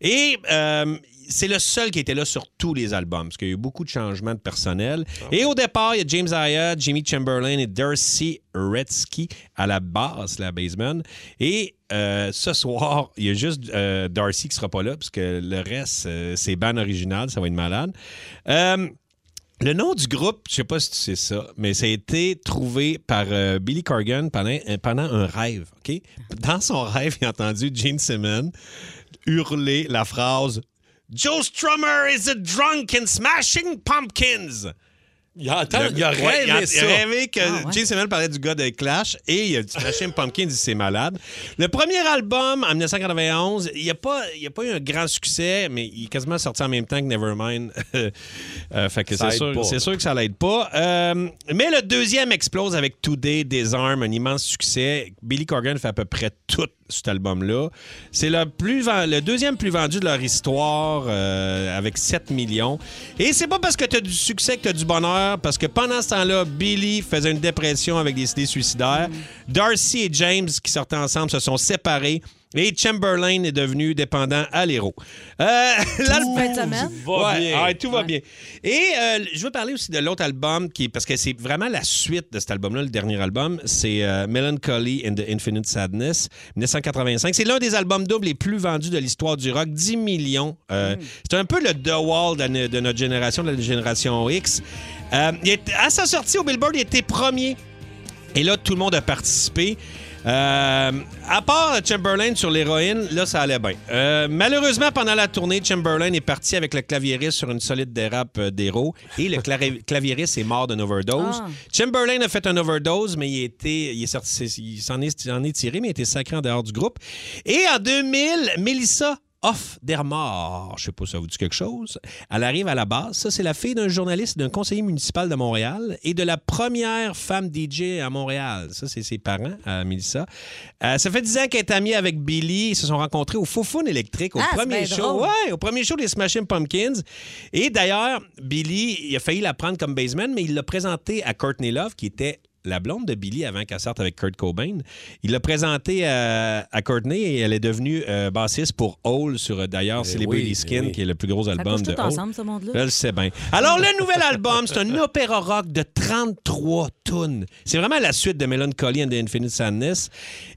Et euh, c'est le seul qui était là sur tous les albums, parce qu'il y a eu beaucoup de changements de personnel. Et au départ, il y a James Hyatt, Jimmy Chamberlain et Darcy Redsky à la basse, la basement. Et euh, ce soir, il y a juste euh, Darcy qui sera pas là, parce que le reste, euh, c'est ban original, ça va être malade. Euh, le nom du groupe, je sais pas si tu sais ça, mais ça a été trouvé par euh, Billy Corgan pendant, euh, pendant un rêve. ok? Dans son rêve, il a entendu Gene Simmons hurler la phrase Joe Strummer is a drunk and smashing pumpkins.
Il a, attends,
Le-
il a
Ouais,
rêvé
il a-
ça. Ah,
Il a rêvé que Gene Simmons parlait du gars de Clash et il a dit Smashing Pumpkins, il s'est malade. Le premier album, en 1991, il n'y a, pas- il y a pas eu un grand succès, mais il est quasiment sorti en même temps que Nevermind. Euh, fait que
Ça
c'est
aide
sûr,
pas.
c'est sûr que ça l'aide pas. Euh, mais le deuxième explose avec Today, Armes, un immense succès. Billy Corgan fait à peu près tout cet album-là. C'est le, plus ven- le deuxième plus vendu de leur histoire euh, avec 7 millions. Et c'est pas parce que tu as du succès que tu as du bonheur, parce que pendant ce temps-là, Billy faisait une dépression avec des idées suicidaires. Darcy et James, qui sortaient ensemble, se sont séparés. Et Chamberlain est devenu dépendant à l'héros. Euh, l'album-
Fin de semaine.
va
Ouais,
bien.
ouais, tout va bien. Et euh, je veux parler aussi de l'autre album, qui, parce que c'est vraiment la suite de cet album-là, le dernier album. C'est euh, Melancholy and the Infinite Sadness, 1985. C'est l'un des albums doubles les plus vendus de l'histoire du rock, 10 millions. Euh, C'est un peu le The Wall de, no- de notre génération, de la génération X. Euh, il est- à sa sortie au Billboard, il était premier et là, tout le monde a participé. Euh, à part Chamberlain sur l'héroïne, là, ça allait bien. Euh, malheureusement, pendant la tournée, Chamberlain est parti avec le claviériste sur une solide dérape euh, d'héros et le clari- claviériste est mort d'une overdose.
Ah.
Chamberlain a fait une overdose, mais il, était, il, est sorti, c'est- il s'en est, il en est tiré, mais il était sacré en dehors du groupe. Et en 2000, Melissa Off Dermar. Je sais pas si ça vous dit quelque chose. Elle arrive à la base. Ça, c'est la fille d'un journaliste, d'un conseiller municipal de Montréal et de la première femme DJ à Montréal. Ça, c'est ses parents, à Mélissa. Euh, ça fait 10 ans qu'elle est amie avec Billy. Ils se sont rencontrés au Foufoune électrique, au
Ah, c'est
premier
bien
show.
drôle.
Ouais, au premier show des Smashing Pumpkins. Et d'ailleurs, Billy, il a failli la prendre comme baseman, mais il l'a présenté à Courtney Love, qui était la blonde de Billy avant qu'elle sorte avec Kurt Cobain. Il l'a présenté à, à Courtney et elle est devenue euh, bassiste pour Hole sur euh, d'ailleurs
Eh
Celebrity
oui, eh
Skin,
oui.
qui est le plus gros album
couche
de
tout
Hole.
ensemble, ce monde-là.
Je le sais bien. Alors, le nouvel album, c'est un opéra rock de 33 tonnes. C'est vraiment la suite de Melancholy and the Infinite Sadness.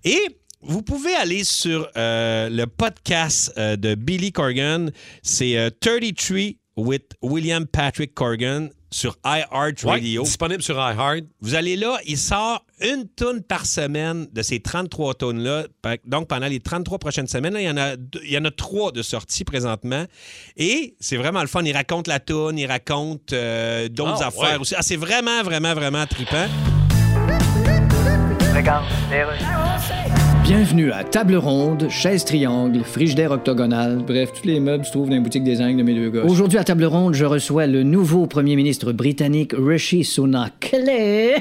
Et vous pouvez aller sur euh, le podcast euh, de Billy Corgan. C'est euh, 33 with William Patrick Corgan sur iHeartRadio.
Ouais, disponible sur iHeart.
Vous allez là, il sort une tonne par semaine de ces 33 tonnes-là. Pe- Donc, pendant les 33 prochaines semaines, là, il, y en a deux- il y en a trois de sorties présentement. Et c'est vraiment le fun. Il raconte la tonne, il raconte euh, d'autres
Ah,
affaires
ouais.
aussi. Ah, c'est vraiment, vraiment, vraiment trippant.
Regarde, les rues.
Bienvenue à Table Ronde, Chaise Triangle, Frigidaire Octogonal. Bref, tous les meubles se trouvent dans les boutiques design de mes deux gars. Aujourd'hui à Table Ronde, je reçois le nouveau premier ministre britannique Rishi Sunak.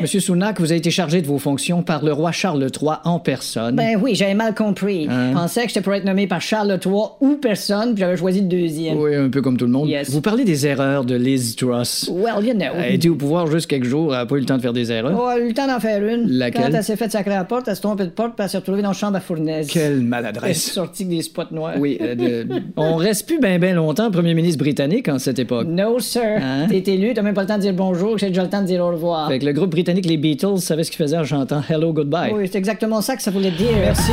Monsieur Sunak, vous avez été chargé de vos fonctions par le roi Charles III en personne.
Ben oui, j'avais mal compris.
Hein?
Je pensais que j'étais pour être nommé par Charles III ou personne, puis j'avais choisi le deuxième.
Oui, un peu comme tout le monde.
Yes.
Vous parlez des erreurs de Liz Truss.
Well, you know.
Elle a été au pouvoir juste quelques jours, elle n'a pas eu le temps de faire des erreurs.
Oh, elle a eu le temps d'en faire une.
Laquelle?
Quand elle s'est fait sacrer à la porte, elle s'est trompée de porte, puis elle s'est retrouvée dans la chambre à fournaise.
Quelle
Elle est
maladresse.
sortie avec des spots noirs.
Oui, euh, de- on reste plus bien ben longtemps premier ministre britannique en cette époque.
No, sir.
Hein?
T'es élu, t'as même pas le temps de dire bonjour, j'ai déjà le temps de dire au revoir.
Fait que le groupe britannique Les Beatles savait ce qu'ils faisaient en chantant Hello Goodbye.
Oui, c'est exactement ça que ça voulait dire. Merci,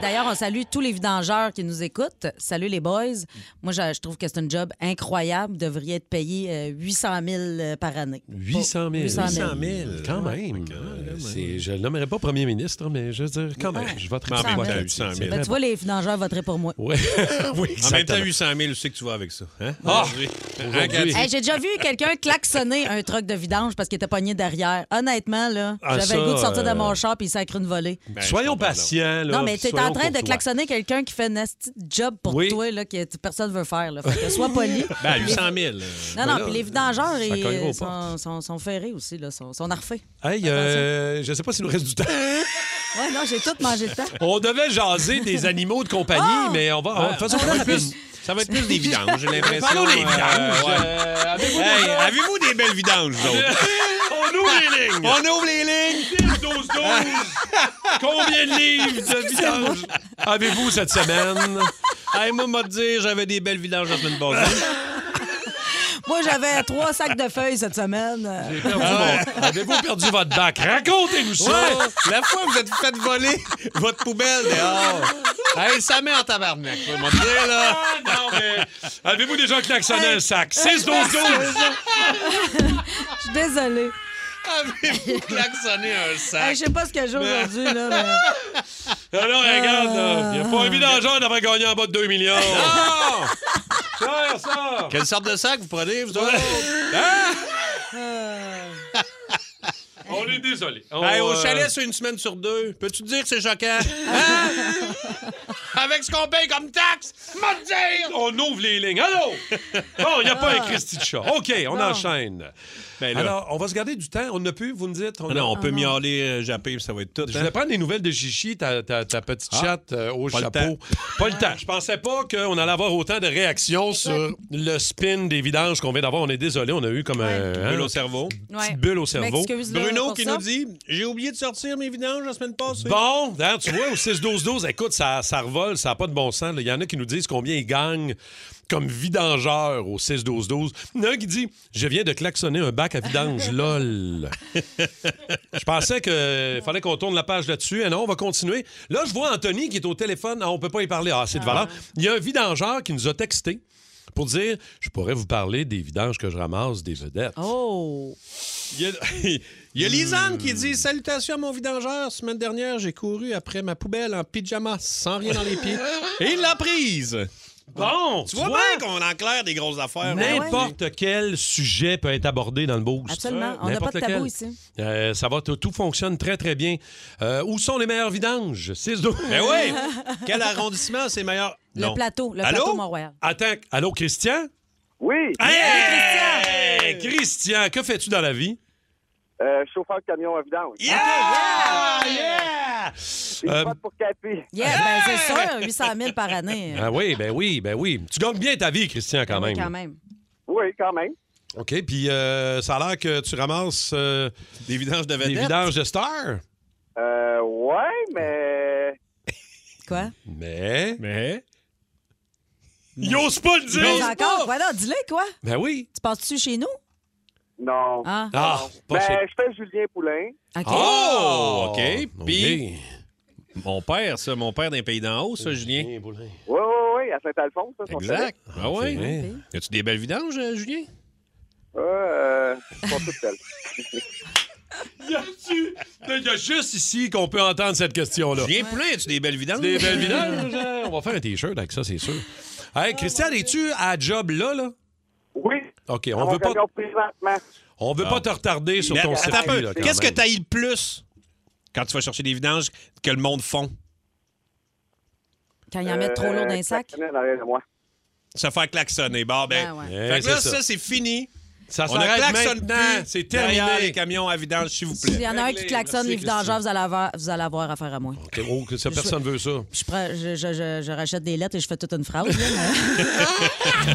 D'ailleurs, on salue tous les vidangeurs qui nous écoutent. Salut les boys. Moi, je, je trouve que c'est un job incroyable. Vous devriez être payé euh, 800 000 euh, par année.
800 000.
800 000.
Quand
Oh
même. Euh, c'est- je ne nommerai pas premier ministre, mais je veux dire, quand même, je voterai
Mais en
pour
même
moi.
temps, 800 000.
Ben, tu vois, les vidangeurs voteraient pour moi.
Ouais. oui, exactement.
800 000, je sais que tu vas avec ça. Hein? Aujourd'hui.
Ah! Aujourd'hui.
Hey, J'ai déjà vu quelqu'un klaxonner un truc de vidange parce qu'il était pogné derrière. Honnêtement, là,
Ah,
j'avais le
ça,
goût de sortir de
euh,
mon char puis il s'est accru une volée.
Ben, je
Soyons
comprends, là.
patients. Là,
non, mais
puis
t'es en
soyons
train de
courtois.
klaxonner quelqu'un qui fait un nasty job pour
Oui.
toi là, que t- personne veut faire. Là. Fait que sois poli.
Ben, 800 000. euh,
Non,
Ben
non,
là,
puis les vidangeurs
ça
ils,
cogne aux
euh, sont,
portes.
sont, sont ferrés aussi, là, sont, sont arfés.
Hey, euh, je ne sais pas s'il nous reste du temps.
Ouais, non, j'ai tout mangé le temps.
On devait jaser des animaux de compagnie,
Ah!
mais on va. on va- de toute façon, on va-
Ça va être plus des vidanges, j'ai l'impression.
Parlons des
euh,
vidanges.
ouais.
Euh, avez-vous- Euh,
Hey, avez-vous des belles vidanges, vous autres?
On ouvre les lignes.
On ouvre les lignes!
12, 12. Combien de livres de vidange avez-vous cette semaine?
Hey, moi, m'a dit, j'avais des belles vidanges la semaine passée.
Moi, j'avais trois sacs de feuilles cette semaine. Euh,
Perdu
Ah,
mon- Avez-vous perdu votre bac? Racontez-nous ça!
la fois que vous êtes fait voler votre poubelle dehors. Hey, ça met en tabarnak, moi, m'a dit, là.
Ah, non, mais avez-vous déjà klaxonné un sac? 6, 12, 12!
Je suis désolée.
Avez-vous klaxonné un
Hey,
sac?
je sais pas ce que j'ai aujourd'hui, là, mais...
Alors, regarde, il n'y a pas un vidangeur d'avoir gagné en bas de 2 millions.
Ah!
Cher, ça!
Quelle sorte de sac vous prenez, vous autres? Hein?
Euh. On est désolé. On,
Hey, au
euh,
chalet, c'est une semaine sur deux. Peux-tu dire que c'est choquant? Hein? Avec ce qu'on paye comme taxe, m'a dit!
on ouvre les lignes. Allô? Bon, il n'y a pas un
Ah.
Christy de chat. OK, on
Non.
enchaîne.
Ben là,
Alors, on va se garder du temps. On n'a plus, vous me dites. on
Ah
a-
non, on peut miauler, euh, japper, ça va être tout.
Je
hein?
voulais prendre des nouvelles de Chichi, ta, ta- ta petite
Ah,
chatte euh, au
pas le
chapeau. pas le temps. Je pensais pas qu'on allait avoir autant de réactions sur le spin des vidanges qu'on vient d'avoir. On est désolé, on a eu comme un, hein,
Bulle au cerveau.
une petite bulle au cerveau.
M'excuse-le
Bruno
pour
qui
ça.
nous dit J'ai oublié de sortir mes vidanges la semaine passée.
Bon, hein, tu vois, au 6-12-12, écoute, ça, ça revole, ça n'a pas de bon sens. là. Il y en a qui nous disent combien ils gagnent comme vidangeurs au 6-12-12. Il y en a un qui dit Je viens de klaxonner un bac à vidange, lol. je pensais qu'il fallait qu'on tourne la page là-dessus. Et non, on va continuer. Là, je vois Anthony qui est au téléphone. Ah, on peut pas y parler. Ah, c'est de valeur. Il y a un vidangeur qui nous a texté pour dire Je pourrais vous parler des vidanges que je ramasse des vedettes.
Oh!
Il y a, il y a Lisanne qui dit Salutations à mon vidangeur. Semaine dernière, j'ai couru après ma poubelle en pyjama sans rien dans les pieds. Et il l'a prise.
Bon!
Tu vois bien qu'on enclaire des grosses
Ben
affaires. hein? là.
N'importe quel sujet peut être abordé dans le boost.
Absolument. On n'a
N'importe
pas de tabou
quel.
ici.
Euh, ça va, tout tout fonctionne très, très bien. Euh, où sont les meilleurs vidanges? 6-2.
Ben oui! Quel arrondissement, c'est meilleur?
Le
Non.
plateau, le
Allô?
plateau Mont-Royal.
Attends, allô, Christian?
Oui,
Hey! Christian! que fais-tu dans la vie?
euh, chauffeur de camion à vidange.
Yeah! Ah, Yeah!
Une
Euh,
botte pour Capi.
Yeah, ben, c'est sûr, 800 000 par année.
Ah oui, ben oui, ben oui. Tu gagnes bien ta vie, Christian, quand
Oui,
même.
Quand même.
Oui, quand même.
OK, puis euh, ça a l'air que tu ramasses euh,
Des vidanges de
des
vedettes.
vidanges de stars.
Euh, ouais, mais.
Quoi?
Mais...
Mais...
Ils osent pas le
Mais
dire!
Ben, encore, voilà, dis-le, quoi.
Ben oui.
Tu passes-tu chez nous?
Non.
Ah,
Ah, pas
ben,
chez-
Euh,
je fais Julien Poulain.
OK.
Oh! OK.
OK.
Puis, mon père, ça, mon père d'un pays d'en haut, ça, Julien.
Oui, oui, oui, à Saint-Alphonse. ça, son chalet.
Exact. Ah oui?
Ouais.
Y a-tu des belles vidanges, euh, Julien?
Euh, ils sont toutes belles.
Il y a juste ici qu'on peut entendre cette question-là.
Julien Poulin, as-tu des belles vidanges?
Des belles vidanges. euh, On va faire un T-shirt avec ça, c'est sûr.
Ah,
Hey, Christian, es-tu à job là, là?
Oui,
OK,
à
on
mon
veut pas,
camion présentement.
on veut pas te retarder sur
Mais
ton
attends un
circuit.
peu.
là, quand
Qu'est-ce que
même.
t'as eu le plus quand tu vas chercher des vidanges que le monde font?
Quand ils en mettent trop lourd dans
Euh,
les sacs.
claquonnait dans l'arrière de moi.
Se faire klaxonner. Bon, ben.
Ah ouais.
Eh,
Fait que là,
c'est
ça, c'est fini.
Ça
On ne
s'arrête
klaxonne
maintenant.
plus.
C'est
Derrière les
terminé.
camions à vidange, s'il vous
S'il y
plaît.
en a un qui klaxonne les vidangeurs, vous allez avoir, vous allez avoir affaire à moi.
OK, Oh, que ça, personne veut ça.
Je, prends- je, je- je- je rachète des lettres et je fais toute une phrase. là, mais-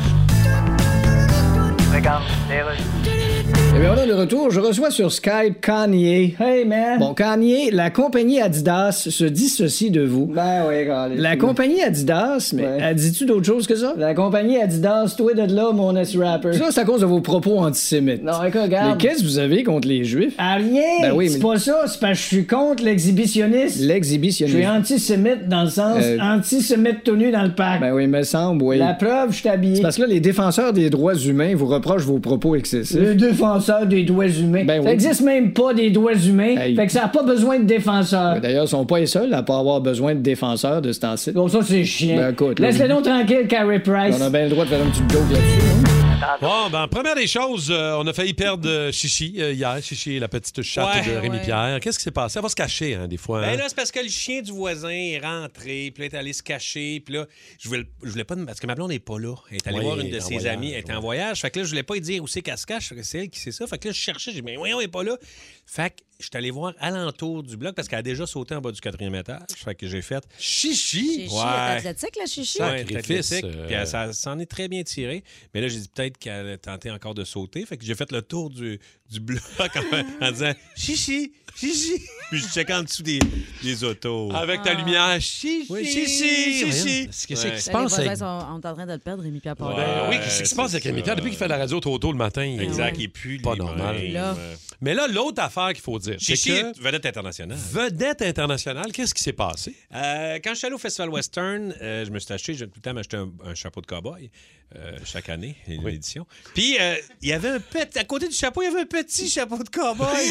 Regarde, les rues.
Et Eh bien voilà le retour. Je reçois sur Skype Kanye. Hey man. Bon, Kanye, la compagnie Adidas se dissocie de vous. Ben oui, La compagnie Adidas, mais elle dis-tu d'autre chose que ça? La compagnie Adidas, toi de là, mon S-rapper. Ça, c'est à cause de vos propos antisémites. Non, écoute, regarde. Mais qu'est-ce que vous avez contre les Juifs? Ah, rien. Ben oui, C'est pas ça, c'est parce que je suis contre l'exhibitionniste. L'exhibitionniste. Je suis antisémite dans le sens antisémite tout nu dans le parc. Euh, Ben oui, me semble, oui. La preuve, je t'habille. C'est parce que là, les défenseurs des droits humains vous reprochent vos propos excessifs. Les défenseurs des droits humains. Ben oui. Ça existe même pas des droits humains. Fait que ça n'a pas besoin de défenseurs. Ben, D'ailleurs, ils sont pas les seuls à pas avoir besoin de défenseurs de ce temps-ci. Bon, ça, c'est chiant. Ben écoute. Laisse-le donc tranquille, Carrie Price. On a bien le droit de faire un petit joke là-dessus.
Bon, ben, première des choses, euh, on a failli perdre euh, Chichi euh, hier. Chichi, la petite chatte
Ouais.
de Rémi-Pierre. Qu'est-ce qui s'est passé? Elle va se cacher, hein, des fois. hein.
Ben là, c'est parce que le chien du voisin est rentré, puis là, il est allé se cacher, puis là, je voulais, je voulais pas... me- Parce que ma blonde n'est pas là. Elle est allée
Oui,
voir une
elle
de
est en
ses
voyage,
amies, elle est en voyage. Fait que là, je voulais pas lui dire où c'est qu'elle se cache, fait que c'est elle qui sait ça. Fait que là, je cherchais, j'ai dit, mais voyons, elle est pas là. Fait que je suis allé voir alentour du bloc, parce qu'elle a déjà sauté en bas du quatrième étage. Fait que j'ai fait...
Chichi!
Chichi
Ouais.
est athlétique, là, Chichi.
Ça-
Ouais,
Sacrifice,
athlétique,
euh.
Puis elle, ça s'en est très bien tiré. Mais là, j'ai dit peut-être qu'elle a tenté encore de sauter. Fait que j'ai fait le tour du, du bloc en, en disant chichi, chichi. Puis je checkais en dessous des, des autos.
Avec ta lumière, chichi!
Oui, chichi,
Voyons,
chichi.
Qu'est-ce que c'est
Ouais.
qui se
Là, les
passe?
voisins
avec-
sont- on est en train de le perdre, Rémi Pierre Paul.
Ouais.
Ben oui, qu'est-ce qui se passe avec
Euh, c'est
Rémi-Pierre?
ça.
Depuis qu'il fait la radio trop tôt le matin. il-
Exact, il pue
Pas normal.
Là.
Mais là, l'autre affaire qu'il faut dire, c'est
Chichi
que...
est vedette internationale.
Vedette internationale, qu'est-ce qui s'est passé?
Euh, quand je suis allé au Festival Western, euh, je me suis acheté, je tout le temps m'acheter un, un chapeau de cow-boy euh, chaque année, une édition. Puis euh, il y avait un petit, à côté du chapeau, il y avait un petit chapeau de cow-boy.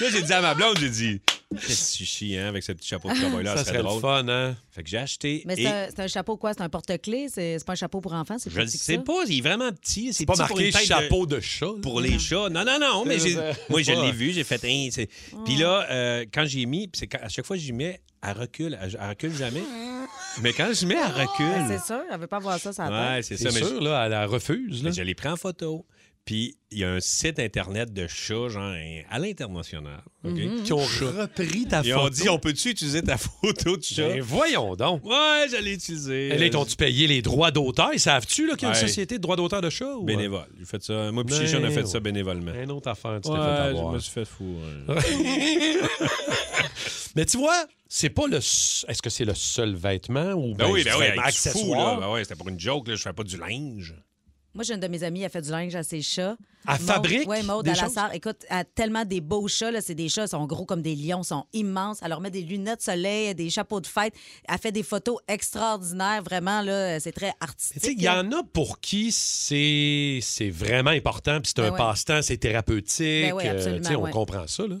là, j'ai dit à ma blonde, j'ai dit, qu'est-ce que tu chies, hein, avec ce petit chapeau de cow-boy-là,
ça
ça
serait
drôle.
le fun, hein?
Fait que j'ai acheté.
Mais
et
c'est un, c'est un chapeau quoi? C'est un porte-clés? C'est c'est pas un chapeau pour enfants? C'est
je
plus
ne
petit que
sais
ça?
pas, il est vraiment petit. C'est
Pas
petit pour
marqué
une tête de-
chapeau de, chat. là.
pour les chats. Non, non, non, mais
C'est-
j'ai-
c'est-
moi, je
ouais.
l'ai vu, j'ai fait. Hein, c'est- Puis là, euh, quand j'y ai mis, puis c'est quand- à chaque fois que j'y mets, elle recule, elle, elle recule jamais. Mais quand je mets, elle
Ben,
recule.
C'est sûr, elle veut pas voir ça, ça
Ouais, c'est ça.
C'est
Mais je-
sûr, là, elle, elle refuse. Là.
mais je l'ai pris en photo. Puis il y a un site internet de chats, genre hein, à l'international. OK?
Qui ont Mhm. repris ta
Ils ont dit on peut-tu utiliser ta photo de chat
Mais voyons donc.
Ouais, je l'ai utilisé.
Et là, ils t'ont-tu payé les droits d'auteur? Ils savent-tu là, qu'il y a une
Ouais.
société de droits d'auteur de chat? Ou... euh? Ben
Bénévole. J'ai fait ça. Moi, puis Chichi, on a fait ça
Ouais.
bénévolement.
Une autre affaire, tu t'es fait
Ouais, je
avoir.
me suis fait fou.
Mais tu vois, c'est pas le. s- Est-ce que c'est le seul vêtement ou
Ben, oui,
c'est
ben oui,
un
avec fou,
accessoire?
là. Ben ouais, c'était pour une joke, là. Je fais pas du linge.
Moi, j'ai une de mes amies, elle fait du linge à ses chats.
Elle fabrique
Oui, Maude
des
à la
choses?
Sarre. Écoute, elle a tellement des beaux chats. là. C'est des chats, ils sont gros comme des lions, ils sont immenses. Elle leur met des lunettes de soleil, des chapeaux de fête. Elle fait des photos extraordinaires, vraiment. là. C'est très
Mais tu sais,
artistique.
il y en a pour qui c'est c'est vraiment important, puis c'est un
Ben ouais.
passe-temps, c'est thérapeutique.
Ben ouais,
euh,
absolument,
tu sais, on
ouais.
comprend ça. Là.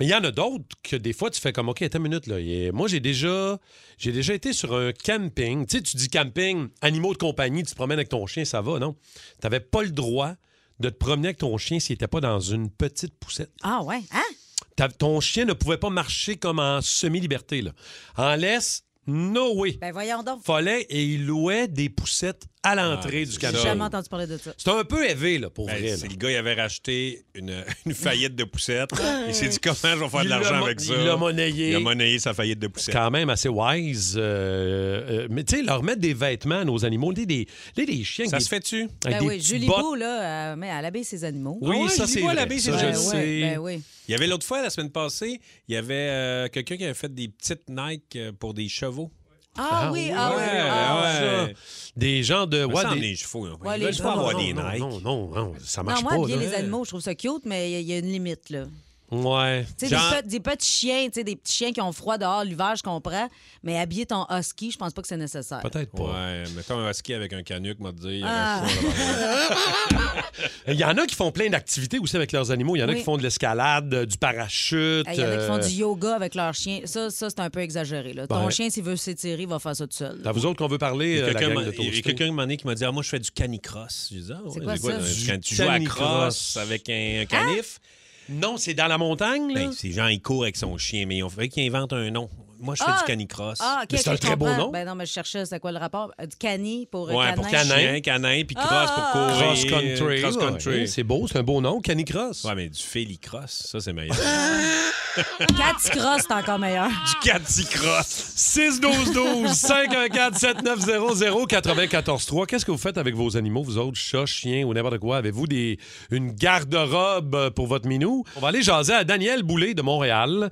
Mais il y en a d'autres que des fois, tu fais comme, OK, attends une minute. Là. Et moi, j'ai déjà, j'ai déjà été sur un camping. Tu sais, tu dis camping, animaux de compagnie, tu te promènes avec ton chien, ça va, non? Tu n'avais pas le droit de te promener avec ton chien s'il n'était pas dans une petite poussette.
Ah ouais, hein?
T'as- Ton chien ne pouvait pas marcher comme en semi-liberté. là. En laisse, no way.
Ben voyons donc.
Follet et il louait des poussettes à
Ah,
l'entrée du
J'ai
Canada.
jamais entendu parler de ça.
C'était un peu élevé, là, pour
Ben,
vrai.
c'est
là.
le gars, il avait racheté une, une faillite de poussette. il s'est dit comment je vais faire
Il
de
l'a
l'argent
mo-
avec ça.
il l'a monnayé. Ah
Il a monnayé sa faillite de poussette.
Quand même assez wise. euh, euh, mais tu sais, leur mettre des vêtements à nos animaux. Des, des, des, des chiens.
Ça
avec
se
des-
fait-tu?
avec
Ben
des
oui,
petites
Julie
bottes.
Beau, là, euh, mais elle abeille ses animaux.
Oui,
Ah ouais,
ça,
Julie
c'est
Beau à
vrai.
l'abbaye, c'est
Ça, je
vrai.
le
Ouais,
sais.
Ben oui.
Il y avait l'autre fois, la semaine passée, il y avait euh, quelqu'un qui avait fait des petites Nike euh, pour des chevaux.
Ah, oui, ah oui.
ouais,
ah oui.
ouais.
Ça, Euh, Des gens de...
Ouais,
ouais,
ça,
des-
les chevaux. hein. là.
Ouais,
Ils
les
veulent
chevaux,
pas avoir
non,
des
non,
Nike.
non, non, non, ça marche
Non, moi,
pas.
habiller
là.
les animaux, je trouve ça cute, mais il y a- il y a une limite, là.
Ouais.
Tu sais,
Genre-
des, pe- des petits chiens, tu sais, des petits chiens qui ont froid dehors l'hiver, je comprends, mais habiller ton husky, je pense pas que c'est nécessaire.
Peut-être pas.
Ouais, mettons un husky avec un canuc, m'a dit. il y aurait
Ah.
pas d'avoir-
Il y en a qui font plein d'activités aussi avec leurs animaux. Il y en a
Oui.
qui font de l'escalade, euh, du parachute.
Il y en a qui font
euh, Ben,
du yoga avec leur chien. Ça, ça c'est un peu exagéré. Là. Ton
Ouais.
chien, s'il veut s'étirer, il va faire ça tout seul.
À vous autres qu'on veut
Il
parler,
y a
euh, la
quelqu'un
gang
m'a-
de
il y a
Toasté.
quelqu'un qui m'a dit qui m'a dit Ah, Moi, je fais du canicross. J'ai dit Ah, ouais,
C'est quoi ça? Hein?
du-
Du
Quand tu joues à
canicross.
cross avec un, un canif.
Non, c'est dans la montagne, là.
Ben, ces gens, ils courent avec son chien, mais ils ont fait qu'ils inventent un nom. Moi, je fais
Ah!
du canicross.
Ah, ok,
Mais c'est
ok,
un
je
très beau
comprends.
nom.
Ben non, mais je cherchais c'est quoi le rapport. Euh, Du cani pour euh,
ouais,
canin.
pour canin, canin, puis cross
Ah!
pour courir.
Cross-country.
Cross country.
Ouais, c'est beau, c'est un beau nom, Canicross.
euh, Ouais, mais du félicross, ça, c'est meilleur.
Caticross, c'est encore meilleur.
Ah, Caticross.
6 12 12 514 7900 94 3 Qu'est-ce que vous faites avec vos animaux, vous autres, chats, chiens ou n'importe quoi? Avez-vous des une garde-robe euh, pour votre minou? On va aller jaser à Daniel Boulay de Montréal.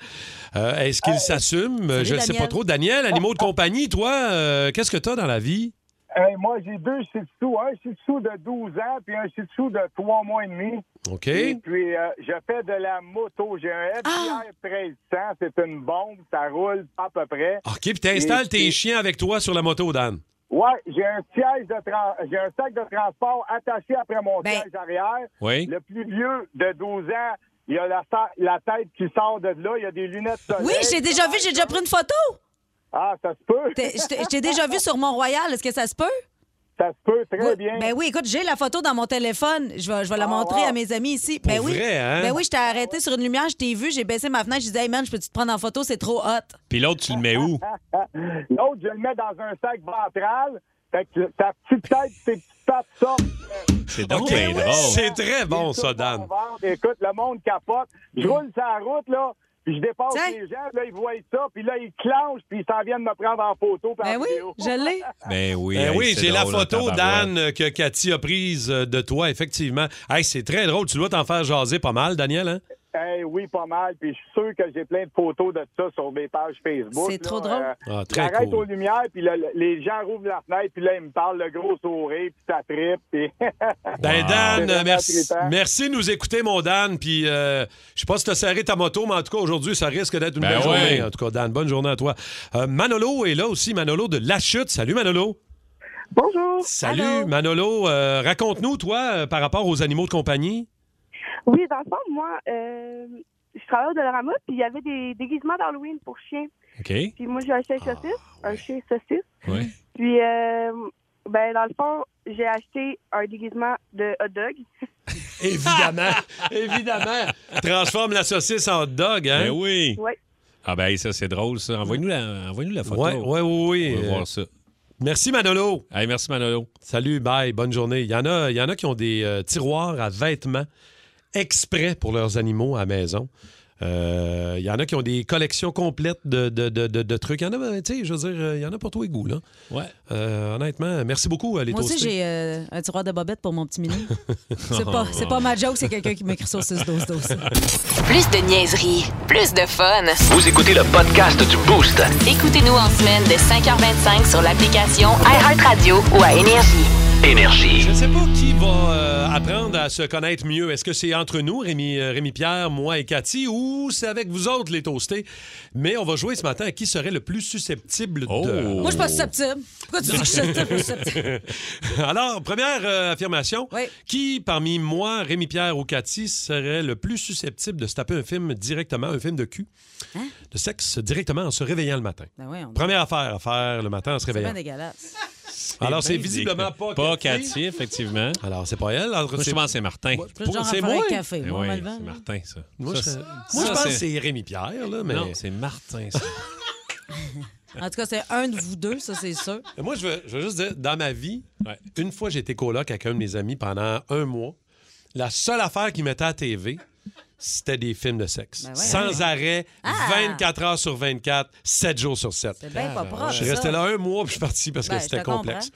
Euh, Est-ce qu'il s'assume?
Salut,
Je ne sais pas
Daniel.
trop. Daniel, animaux de compagnie, toi, euh, qu'est-ce que tu as dans la vie?
Hey, moi, j'ai deux Shih Tzu. Un Shih Tzu de 12 ans, puis un Shih Tzu de 3 mois et demi.
OK.
Et puis, euh, je fais de la moto. J'ai un
Ah!
FTR 1300. C'est une bombe. Ça roule pas à peu près.
Ah, OK, puis t'installes tes chiens avec toi sur la moto, Dan.
Ouais, j'ai un siège de tra- j'ai un sac de transport attaché après mon
Ben-
siège arrière.
Oui.
Le plus vieux de 12 ans, il a la, ta- la tête qui sort de là. Il a des lunettes solaires.
Oui, j'ai déjà vu, j'ai déjà pris une photo.
Ah, ça se peut.
T'es- Je t'ai- je t'ai déjà vu sur Mont-Royal. Est-ce que ça se peut?
Ça se peut très
Oui.
bien. Ah,
Ben oui, écoute, j'ai la photo dans mon téléphone. Je vais, je vais la montrer à mes amis ici. ben oui.
vrai, hein?
Ben oui, je t'ai arrêté sur une lumière, je t'ai vu, j'ai baissé ma fenêtre, je disais, hey man, je peux-tu te prendre en photo, c'est trop hot.
Puis l'autre, tu le mets où?
L'autre, je le mets dans un sac ventral. Fait que ta petite tête, tes petites pattes sortent.
C'est donc
OK,
bien
oui.
drôle.
C'est très bon, ça, Dan. Mm.
Écoute, le monde capote. Je roule sur la route, là. Puis je dépasse
Tiens.
les gens, là, ils voient ça, puis là, ils clenchent, puis ils s'en viennent me prendre en photo. puis en
Ben oui,
vidéo.
je l'ai.
Ben oui.
Ben
hey,
oui,
c'est
j'ai la
drôle, en
photo,
tabarouette.
Dan, euh, que Cathy a prise euh, de toi, effectivement. Hey, c'est très drôle. Tu dois t'en faire jaser pas mal, Daniel, hein?
Eh oui, pas mal. Puis je suis sûr que j'ai plein de photos de ça sur mes pages Facebook. là.
C'est
euh,
trop drôle.
Ah, très
J'arrête
cool.
aux lumières, puis là, les gens rouvrent la fenêtre, puis là, ils me parlent le gros sourire, puis ça tripe. Puis...
Ben,
C'est
Dan,
vraiment
merci,
trippant.
merci de nous écouter, mon Dan. Puis, euh, je sais pas si t'as serré ta moto, mais en tout cas, aujourd'hui, ça risque d'être une
Ben
belle
ouais.
journée. En tout cas, Dan, bonne journée à toi. Euh, Manolo est là aussi, Manolo de La Chute. Salut, Manolo.
Bonjour.
Salut,
Allô.
Manolo. Euh, Raconte-nous, toi, euh, par rapport aux animaux de compagnie.
Oui, dans le fond, moi, euh, je travaille au Dollarama, puis il y avait des déguisements d'Halloween pour chiens.
OK.
Puis moi, j'ai un chien
Ah,
saucisse, un chien saucisse.
Ouais.
Puis, euh, ben, dans le fond, j'ai acheté un déguisement de hot dog.
Évidemment, évidemment. Transforme la saucisse en hot dog, hein?
Ben oui.
Ouais.
Ah ben ça, c'est drôle, ça. Envoie-nous la, envoie la photo.
Ouais, ouais, euh, oui,
On
oui.
va voir ça.
Merci, Manolo.
Hey, merci, Manolo.
Salut, bye, bonne journée. Il y en a, il y en a qui ont des euh, tiroirs à vêtements exprès pour leurs animaux à la maison. Euh, Il y en a qui ont des collections complètes de, de- de- de- de trucs. Il y en a, ben, tu sais, je veux dire, euh, il y en a pour tous les goûts, là.
Ouais.
Euh, honnêtement, merci beaucoup, euh, les
Moi aussi,
toastés.
j'ai euh, un tiroir de bobette pour mon petit mini. c'est pas, c'est pas ma joke, c'est quelqu'un qui m'écrit ça au 6 12 12
Plus de niaiserie, plus de fun.
Vous écoutez le podcast du Boost.
Écoutez-nous en semaine de 5h25 sur l'application iHeartRadio ou à Énergie.
Énergie.
Je ne sais pas qui va euh, apprendre à se connaître mieux. Est-ce que c'est entre nous, Rémi, euh, Rémi Pierre, moi et Cathy, ou c'est avec vous autres, les toastés? Mais on va jouer ce matin à qui serait le plus susceptible de.
Oh!
Moi, je suis pas susceptible. Pourquoi tu dis que je suis susceptible? Je suis susceptible.
Alors, première euh, affirmation. Qui parmi moi, Rémi Pierre ou Cathy serait le plus susceptible de se taper un film directement, un film de cul, de sexe directement en se réveillant le matin?
Ben oui, on
Première affaire à faire le matin en se
C'est bien
réveillant.
dégueulasse.
Alors, c'est
bien
visiblement pas
dégueu. Pas Cathy, effectivement.
Alors, c'est pas elle. Alors,
Moi, je
c'est-
pense que c'est Martin.
Moi,
Pour-
suis genre à
c'est
faire
moi?
un café, moi,
Eh oui,
on va le vendre.
c'est Martin, ça.
Moi,
Ça,
je-
c'est-
moi, je
ça,
pense que c'est Rémi Pierre, là, mais-
Non, c'est Martin, ça.
En tout cas, c'est un de vous deux, ça, c'est sûr.
Et Moi, je veux, je veux juste dire, dans ma vie, une fois j'étais coloc avec un de mes amis pendant un mois, la seule affaire qu'il mettait à TV, c'était des films de sexe.
Ben ouais,
Sans
ouais.
arrêt, 24 heures sur 24, 7 jours sur 7.
C'est bien pas propre,
Je suis resté
ça.
là un mois puis je suis parti parce
Ben,
que
je
c'était
te comprends.
complexe.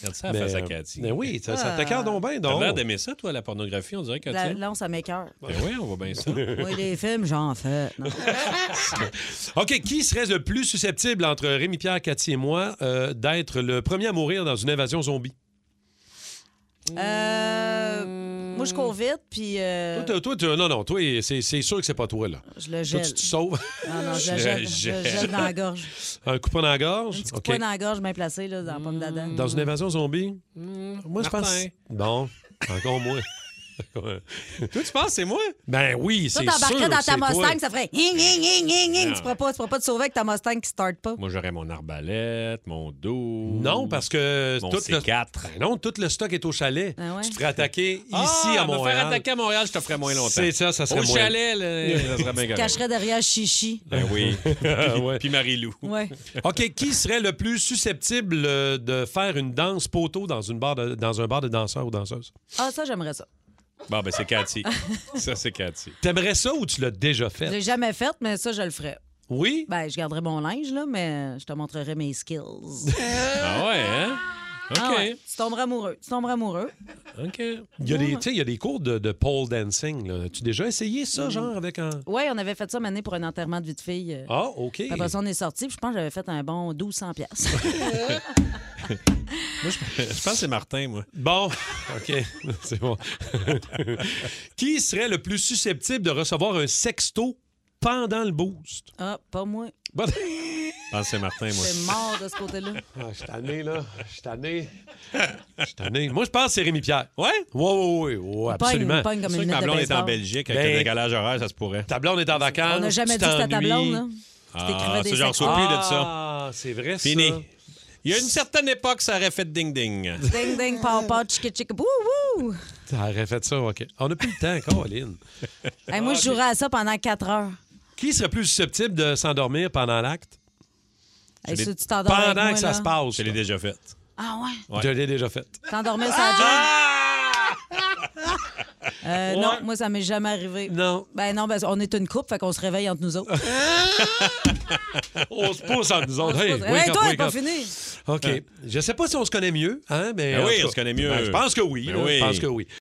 Regarde ça,
Mais,
face à
euh,
Cathy.
mais oui, ça- ça
Ah.
t'écarte donc bien, donc.
T'as l'air d'aimer ça, toi, la pornographie, on dirait, Cathy?
La, là, on ça m'écoeure.
Ben oui, on voit bien ça.
Oui, les films, j'en fais. Non.
OK, qui serait le plus susceptible entre Rémi Pierre, Cathy et moi euh, d'être le premier à mourir dans une invasion zombie?
Euh, Moi, je cours vite, puis euh,
Toi, t'as- toi, t'as- non, non, toi, c'est c'est sûr que c'est pas toi, là.
je le
Toi,
gèle.
tu te sauves.
Non, non, je le gèle. Je le gèle dans la gorge.
Un coup de poing dans la gorge?
Un petit
OK.
coup de poing dans la gorge bien placé, là, dans la pomme d'Adam.
Dans une invasion zombie? Moi, je
Martin.
pense. Bon, encore moi. toi, tu penses c'est moi? Ben oui,
Toi,
c'est sûr.
t'embarquerais dans ta
c'est toi.
Mustang, ça ferait hing, hing, hing, hing, hing.
Non.
Tu pourras pas, tu pourras pas te sauver avec ta Mustang qui start pas.
Moi, j'aurais mon arbalète, mon dos.
Non, parce que
Mon
tout le...
C4.
Ben non, tout le stock est au chalet.
Ah ouais?
Tu te ferais attaquer
Ah,
ici à
me
Montréal.
faire attaquer à Montréal, je te ferais moins longtemps.
C'est ça, ça serait
Au
moins-
chalet, là, ça serait bien
Tu te
correct.
cacherais derrière Chichi.
Ben oui.
Ah ouais.
Puis Marie-Lou.
Ouais.
OK, qui serait le plus susceptible euh, de faire une danse poteau dans, une barre de- dans un bar de danseurs ou danseuses?
Ah, ça, j'aimerais ça.
Bon, ben c'est Cathy. ça, c'est Cathy.
T'aimerais ça ou tu l'as déjà fait?
Je l'ai jamais faite, mais ça, je le ferais.
Oui?
Ben, je garderais mon linge, là, mais je te montrerai mes skills.
Ah ouais, hein? OK.
Ah ouais, Tu tomberas amoureux. Tu tomberas amoureux.
OK.
Il y a des, tu sais, il y a des cours de, de pole dancing. Là. As-tu déjà essayé ça, genre, avec un.
Ouais, on avait fait ça maintenant pour un enterrement de vie de fille. euh,
Ah, OK.
Après ça, on est sorti, puis je pense que j'avais fait un bon 1200 pièces.
Moi, je, je pense que c'est Martin, moi.
Bon, OK, c'est bon. Qui serait le plus susceptible de recevoir un sexto pendant le boost?
ah, pas moi.
Bon.
Je pense que c'est Martin, moi.
C'est mort de ce côté-là.
Ah, je suis tanné, là. Je suis tanné. Je suis tanné. Moi, je pense que c'est Rémi Pierre. Ouais? Oui, oui, oui.
Il pogne,
absolument.
il pogne comme
C'est
une
sûr que
lunette de
ma blonde est en
baseball.
Belgique avec
Ben-
le décalage horaire, ça se pourrait.
Ta blonde est en vacances.
On n'a jamais
tu
dit que c'était ta
t'ennuies.
blonde, hein. là. Tu
Ah,
t'écrivais
ça,
des
j'en reçois plus de ça.
Ah, c'est vrai, ça.
Fini. Il y a une certaine époque, ça aurait fait ding-ding.
Ah, Ding, ding, pow, pow, chica, chica, bouh, bouh.
T'aurais fait ça, OK. On n'a plus le temps, Caroline. Ah,
Hey, moi, je jouerais à ça pendant 4 heures.
Qui serait plus susceptible de s'endormir pendant l'acte?
Hey,
Je
si
l'ai-
tu t'endors
Pendant
avec moi,
que ça
là.
se passe.
Je l'ai déjà faite.
Ah ouais?
Ouais.
Je l'ai déjà fait.
T'endormais sur la
Ah!
job? Euh, Non, moi, ça m'est jamais arrivé.
Non.
Ben non, ben, on est une coupe, fait qu'on se réveille entre nous autres.
On se pousse entre nous autres. Hey,
Hey,
wake up,
toi,
wake
pas
up.
fini.
OK. Je sais pas si on se connaît mieux, hein, mais.
Ben
en
oui,
tout
on
cas,
se connaît mieux.
ben, je pense que oui.
Ben
là,
oui.
Je pense que oui.